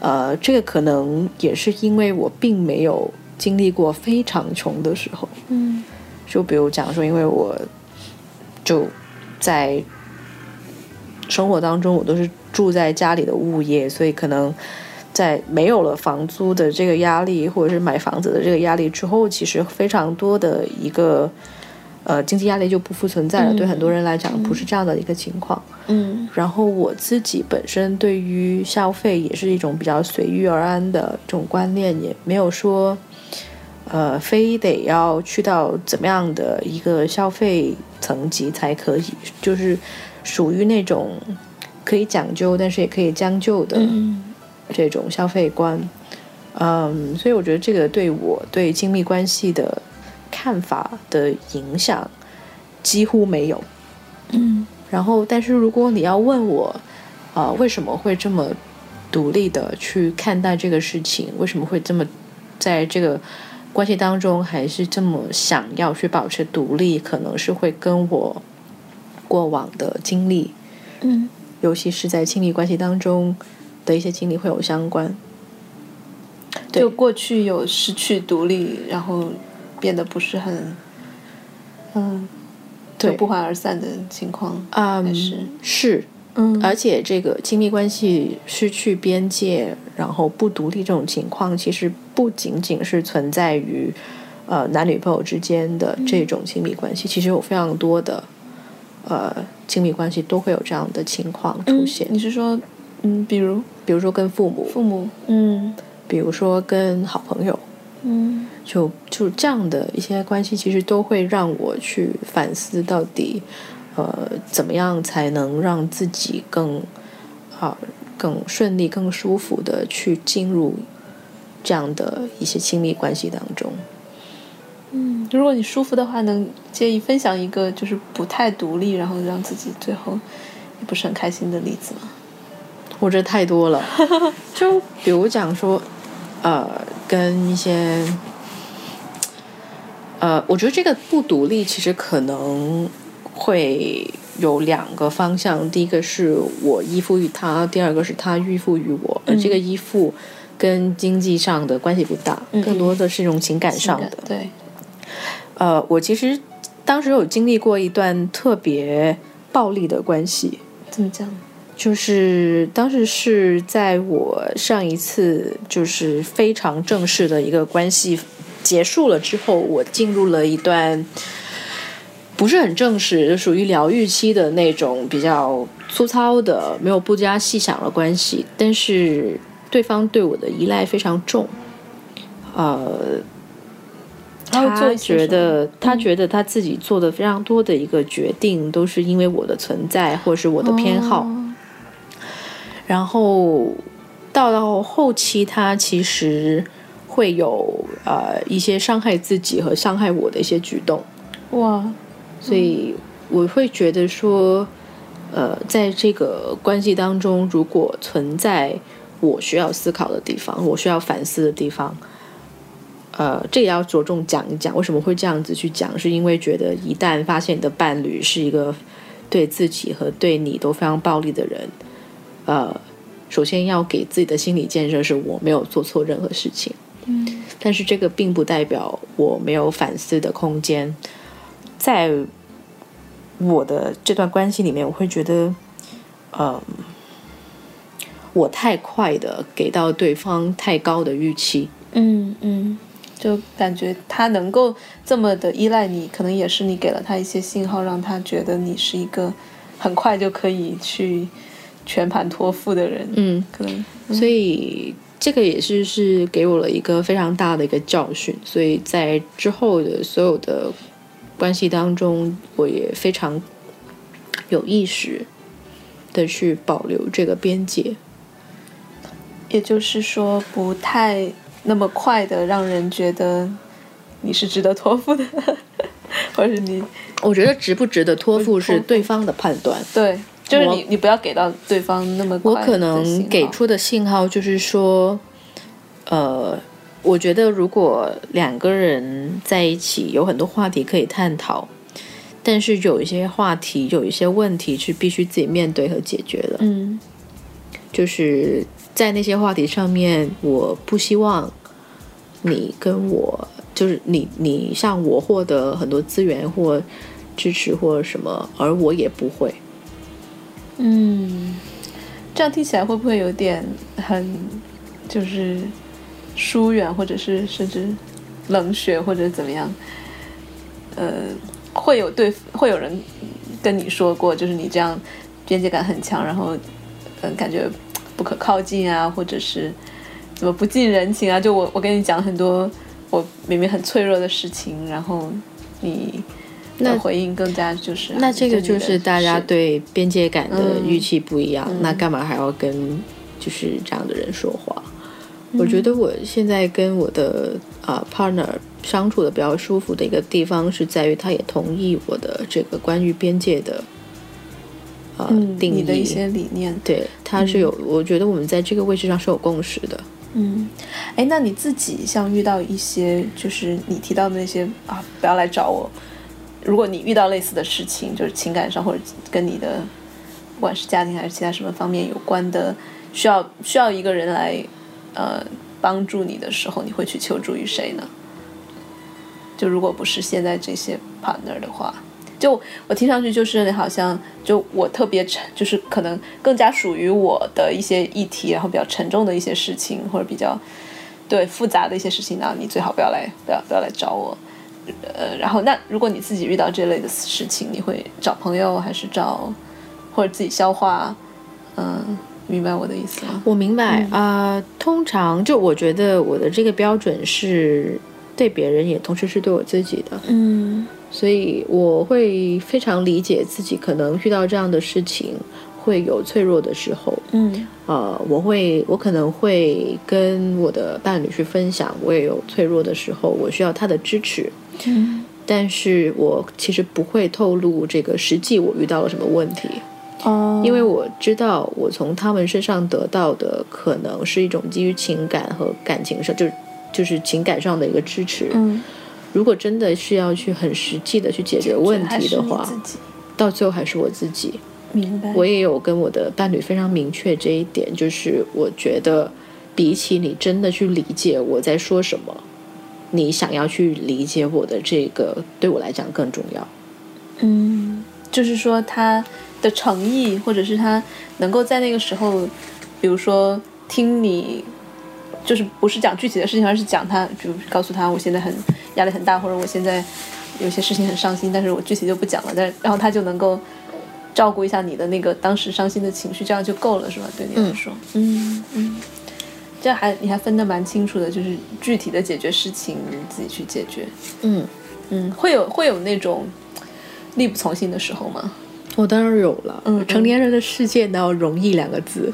[SPEAKER 5] 呃，这个可能也是因为我并没有经历过非常穷的时候。嗯，就比如讲说，因为我就在生活当中，我都是住在家里的物业，所以可能在没有了房租的这个压力，或者是买房子的这个压力之后，其实非常多的一个呃经济压力就不复存在了。对很多人来讲，不是这样的一个情况。
[SPEAKER 4] 嗯
[SPEAKER 5] 然后我自己本身对于消费也是一种比较随遇而安的这种观念，也没有说，呃，非得要去到怎么样的一个消费层级才可以，就是属于那种可以讲究，但是也可以将就的
[SPEAKER 4] 嗯
[SPEAKER 5] 这种消费观。嗯，所以我觉得这个对我对亲密关系的看法的影响几乎没有。
[SPEAKER 4] 嗯
[SPEAKER 5] 然后，但是如果你要问我，呃，为什么会这么独立的去看待这个事情？为什么会这么在这个关系当中还是这么想要去保持独立？可能是会跟我过往的经历，
[SPEAKER 4] 嗯，
[SPEAKER 5] 尤其是在亲密关系当中的一些经历会有相关。对
[SPEAKER 4] 就过去有失去独立，然后变得不是很，嗯，就
[SPEAKER 5] 对
[SPEAKER 4] 不欢而散的情况，
[SPEAKER 5] 嗯，
[SPEAKER 4] 还是
[SPEAKER 5] 是
[SPEAKER 4] 嗯
[SPEAKER 5] 而且这个亲密关系失去边界，然后不独立这种情况，其实不仅仅是存在于呃男女朋友之间的
[SPEAKER 4] 嗯
[SPEAKER 5] 这种亲密关系，其实有非常多的呃亲密关系都会有这样的情况出现，
[SPEAKER 4] 你是说，嗯，比如
[SPEAKER 5] 比如说跟父母，
[SPEAKER 4] 父母，嗯
[SPEAKER 5] 比如说跟好朋友，
[SPEAKER 4] 嗯
[SPEAKER 5] 就就这样的一些关系，其实都会让我去反思到底，呃，怎么样才能让自己更啊、更顺利、更舒服的去进入这样的一些亲密关系当中。
[SPEAKER 4] 嗯，如果你舒服的话，能介意分享一个就是不太独立，然后让自己最后也不是很开心的例子吗？
[SPEAKER 5] 我觉得太多 了，就比如讲说，呃，跟一些，呃，我觉得这个不独立其实可能会有两个方向，第一个是我依附于他，第二个是他依附于我，而这个依附跟经济上的关系不大，更多的是一种嗯情感上的。
[SPEAKER 4] 对，
[SPEAKER 5] 呃，我其实当时有经历过一段特别暴力的关系，
[SPEAKER 4] 怎么讲？
[SPEAKER 5] 就是当时是在我上一次就是非常正式的一个关系结束了之后，我进入了一段不是很正式，就属于疗愈期的那种比较粗糙的、没有不加细想的关系。但是对方对我的依赖非常重，呃，
[SPEAKER 8] 他会做一些
[SPEAKER 5] 觉
[SPEAKER 8] 什么
[SPEAKER 5] 得他觉得他自己做的非常多的一个决定都是因为我的存在或者是我的偏好，
[SPEAKER 8] 哦
[SPEAKER 5] 然后到到后期他其实会有呃一些伤害自己和伤害我的一些举动，
[SPEAKER 8] 哇，
[SPEAKER 5] 所以我会觉得说，呃，在这个关系当中，如果存在我需要思考的地方，我需要反思的地方，呃，这也要着重讲一讲。为什么会这样子去讲？是因为觉得一旦发现你的伴侣是一个对自己和对你都非常暴力的人，呃，首先要给自己的心理建设是我没有做错任何事情。嗯，但是这个并不代表我没有反思的空间。在我的这段关系里面，我会觉得，嗯、我太快的给到对方太高的预期，
[SPEAKER 4] 嗯嗯，就感觉他能够这么的依赖你，可能也是你给了他一些信号，让他觉得你是一个很快就可以去全盘托付的人。
[SPEAKER 5] 嗯，
[SPEAKER 4] 可能
[SPEAKER 5] 所以这个也是是给我了一个非常大的一个教训，所以在之后的所有的关系当中，我也非常有意识的去保留这个边界，
[SPEAKER 4] 也就是说，不太那么快的让人觉得你是值得托付的， 或者是你
[SPEAKER 5] 我觉得值不值得托付
[SPEAKER 4] 托
[SPEAKER 5] 是
[SPEAKER 4] 付
[SPEAKER 5] 对方的判断。
[SPEAKER 4] 对，就是
[SPEAKER 5] 我
[SPEAKER 4] 你你不要给到对方那么快
[SPEAKER 5] 我
[SPEAKER 4] 的
[SPEAKER 5] 可
[SPEAKER 4] 信
[SPEAKER 5] 能
[SPEAKER 4] 号
[SPEAKER 5] 给出的信号就是说，呃，我觉得如果两个人在一起有很多话题可以探讨，但是有一些话题有一些问题是必须自己面对和解决的。
[SPEAKER 4] 嗯
[SPEAKER 5] 就是在那些话题上面，我不希望你跟我，就是你你向我获得很多资源或支持或什么，而我也不会。
[SPEAKER 4] 嗯，这样听起来会不会有点很就是疏远，或者是甚至冷血，或者怎么样？呃，会有对会有人跟你说过，就是你这样边界感很强，然后嗯、呃感觉不可靠近啊，或者是怎么不近人情啊？就我我跟你讲很多我明明很脆弱的事情，然后你。
[SPEAKER 5] 那
[SPEAKER 4] 回应更加就是啊、
[SPEAKER 5] 那这个就是大家
[SPEAKER 4] 对。
[SPEAKER 5] 对边界感的预期不一样，
[SPEAKER 4] 嗯
[SPEAKER 5] 那干嘛还要跟就是这样的人说话？
[SPEAKER 4] 嗯
[SPEAKER 5] 我觉得我现在跟我的啊、partner 相处的比较舒服的一个地方是在于，他也同意我的这个关于边界的呃、
[SPEAKER 4] 嗯，
[SPEAKER 5] 定义
[SPEAKER 4] 你的一些嗯理念。
[SPEAKER 5] 对，他是有，我觉得我们在这个位置上是有共识的。
[SPEAKER 4] 嗯，哎，那你自己像遇到一些，就是你提到的那些啊，不要来找我。如果你遇到类似的事情，就是情感上或者跟你的，不管是家庭还是其他什么方面有关的，需要需要一个人来呃帮助你的时候，你会去求助于谁呢？就如果不是现在这些 partner 的话，就我听上去就是你好像就我特别沉，就是可能更加属于我的一些议题，然后比较沉重的一些事情，或者比较对复杂的一些事情，然后你最好不要来，不要不要来找我。呃，然后那如果你自己遇到这类的事情，你会找朋友还是找或者自己消化？嗯、明白我的意思吗？
[SPEAKER 5] 我明白
[SPEAKER 4] 嗯
[SPEAKER 5] 啊、呃通常就我觉得我的这个标准是对别人也同时是对我自己的。
[SPEAKER 4] 嗯
[SPEAKER 5] 所以我会非常理解自己可能遇到这样的事情会有脆弱的时候。
[SPEAKER 4] 嗯
[SPEAKER 5] 呃，我会，我可能会跟我的伴侣去分享，我也有脆弱的时候，我需要他的支持。但是我其实不会透露这个实际我遇到了什么问题，
[SPEAKER 4] 哦
[SPEAKER 5] 因为我知道我从他们身上得到的可能是一种基于情感和感情上，就是就是情感上的一个支持。
[SPEAKER 4] 嗯，
[SPEAKER 5] 如果真的是要去很实际的去解决问题的话，
[SPEAKER 4] 自己
[SPEAKER 5] 到最后还是我自己。
[SPEAKER 4] 明白。
[SPEAKER 5] 我也有跟我的伴侣非常明确这一点，就是我觉得，比起你真的去理解我在说什么，你想要去理解我的这个，对我来讲更重要。
[SPEAKER 4] 嗯，就是说他的诚意，或者是他能够在那个时候，比如说听你，就是不是讲具体的事情，而是讲他，比如告诉他我现在很压力很大，或者我现在有些事情很伤心，但是我具体就不讲了，但然后他就能够照顾一下你的那个当时伤心的情绪，这样就够了，是吧？对你来说，嗯嗯，这还你还分得蛮清楚的，就是具体的解决事情你自己去解决。
[SPEAKER 5] 嗯
[SPEAKER 4] 嗯，会有会有那种力不从心的时候吗？
[SPEAKER 5] 我当然有了，
[SPEAKER 4] 嗯嗯
[SPEAKER 5] 成年人的世界哪有容易两个 字？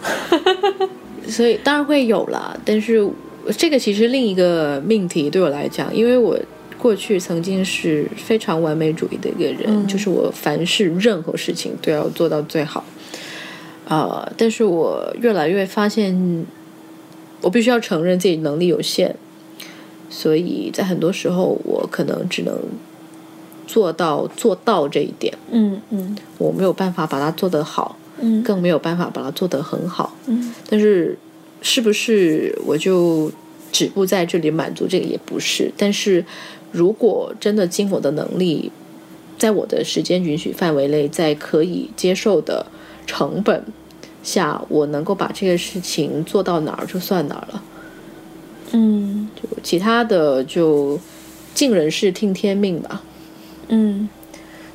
[SPEAKER 5] 所以当然会有啦，但是这个其实另一个命题对我来讲，因为我过去曾经是非常完美主义的一个人，
[SPEAKER 4] 嗯
[SPEAKER 5] 就是我凡是任何事情都要做到最好。啊、但是我越来越发现，我必须要承认自己能力有限，所以在很多时候我可能只能做到做到这一点。
[SPEAKER 4] 嗯嗯
[SPEAKER 5] 我没有办法把它做得好，
[SPEAKER 4] 嗯
[SPEAKER 5] 更没有办法把它做得很好。嗯，但是是不是我就止步在这里满足这个也不是。但是如果真的尽我的能力，在我的时间允许范围内，在可以接受的成本下，我能够把这个事情做到哪儿就算哪儿了。
[SPEAKER 4] 嗯
[SPEAKER 5] 就其他的就尽人事听天命吧。
[SPEAKER 4] 嗯，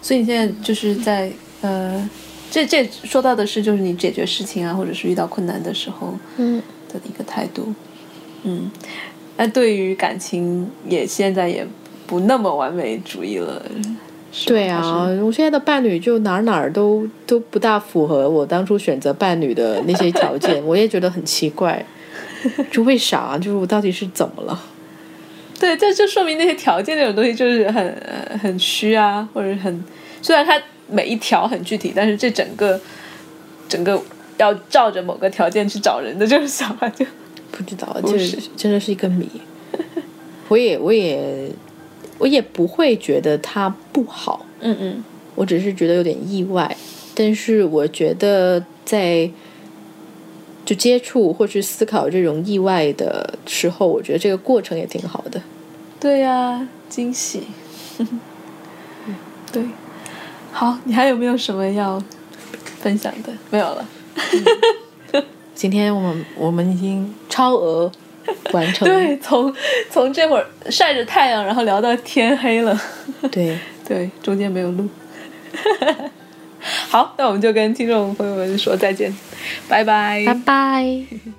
[SPEAKER 4] 所以你现在就是在呃，这这说到的是就是你解决事情啊，或者是遇到困难的时候，
[SPEAKER 5] 嗯，
[SPEAKER 4] 的一个态度。嗯，那对于感情也现在也不那么完美主义了。是吧
[SPEAKER 5] 对啊，，我现在的伴侣就哪儿哪儿都都不大符合我当初选择伴侣的那些条件， 我也觉得很奇怪，就为啥？就是我到底是怎么了？
[SPEAKER 4] 对，这就说明那些条件那种东西就是很呃很虚啊，或者很虽然它每一条很具体，但是这整个整个要照着某个条件去找人的这种想法就
[SPEAKER 5] 不知道，
[SPEAKER 4] 不
[SPEAKER 5] 就是真的是一个谜。我也，我也，我也不会觉得他不好，
[SPEAKER 4] 嗯嗯
[SPEAKER 5] 我只是觉得有点意外。但是我觉得在就接触或是思考这种意外的时候，我觉得这个过程也挺好的。
[SPEAKER 4] 对呀、惊喜。 对，好，你还有没有什么要分享的？没有了。
[SPEAKER 5] 今天我们我们已经超额完 成，
[SPEAKER 4] 对，从从这会儿晒着太阳，然后聊到天黑了。
[SPEAKER 5] 对
[SPEAKER 4] 对，中间没有录。 好，那我们就跟听众朋友们说再见，拜拜。
[SPEAKER 5] 拜拜。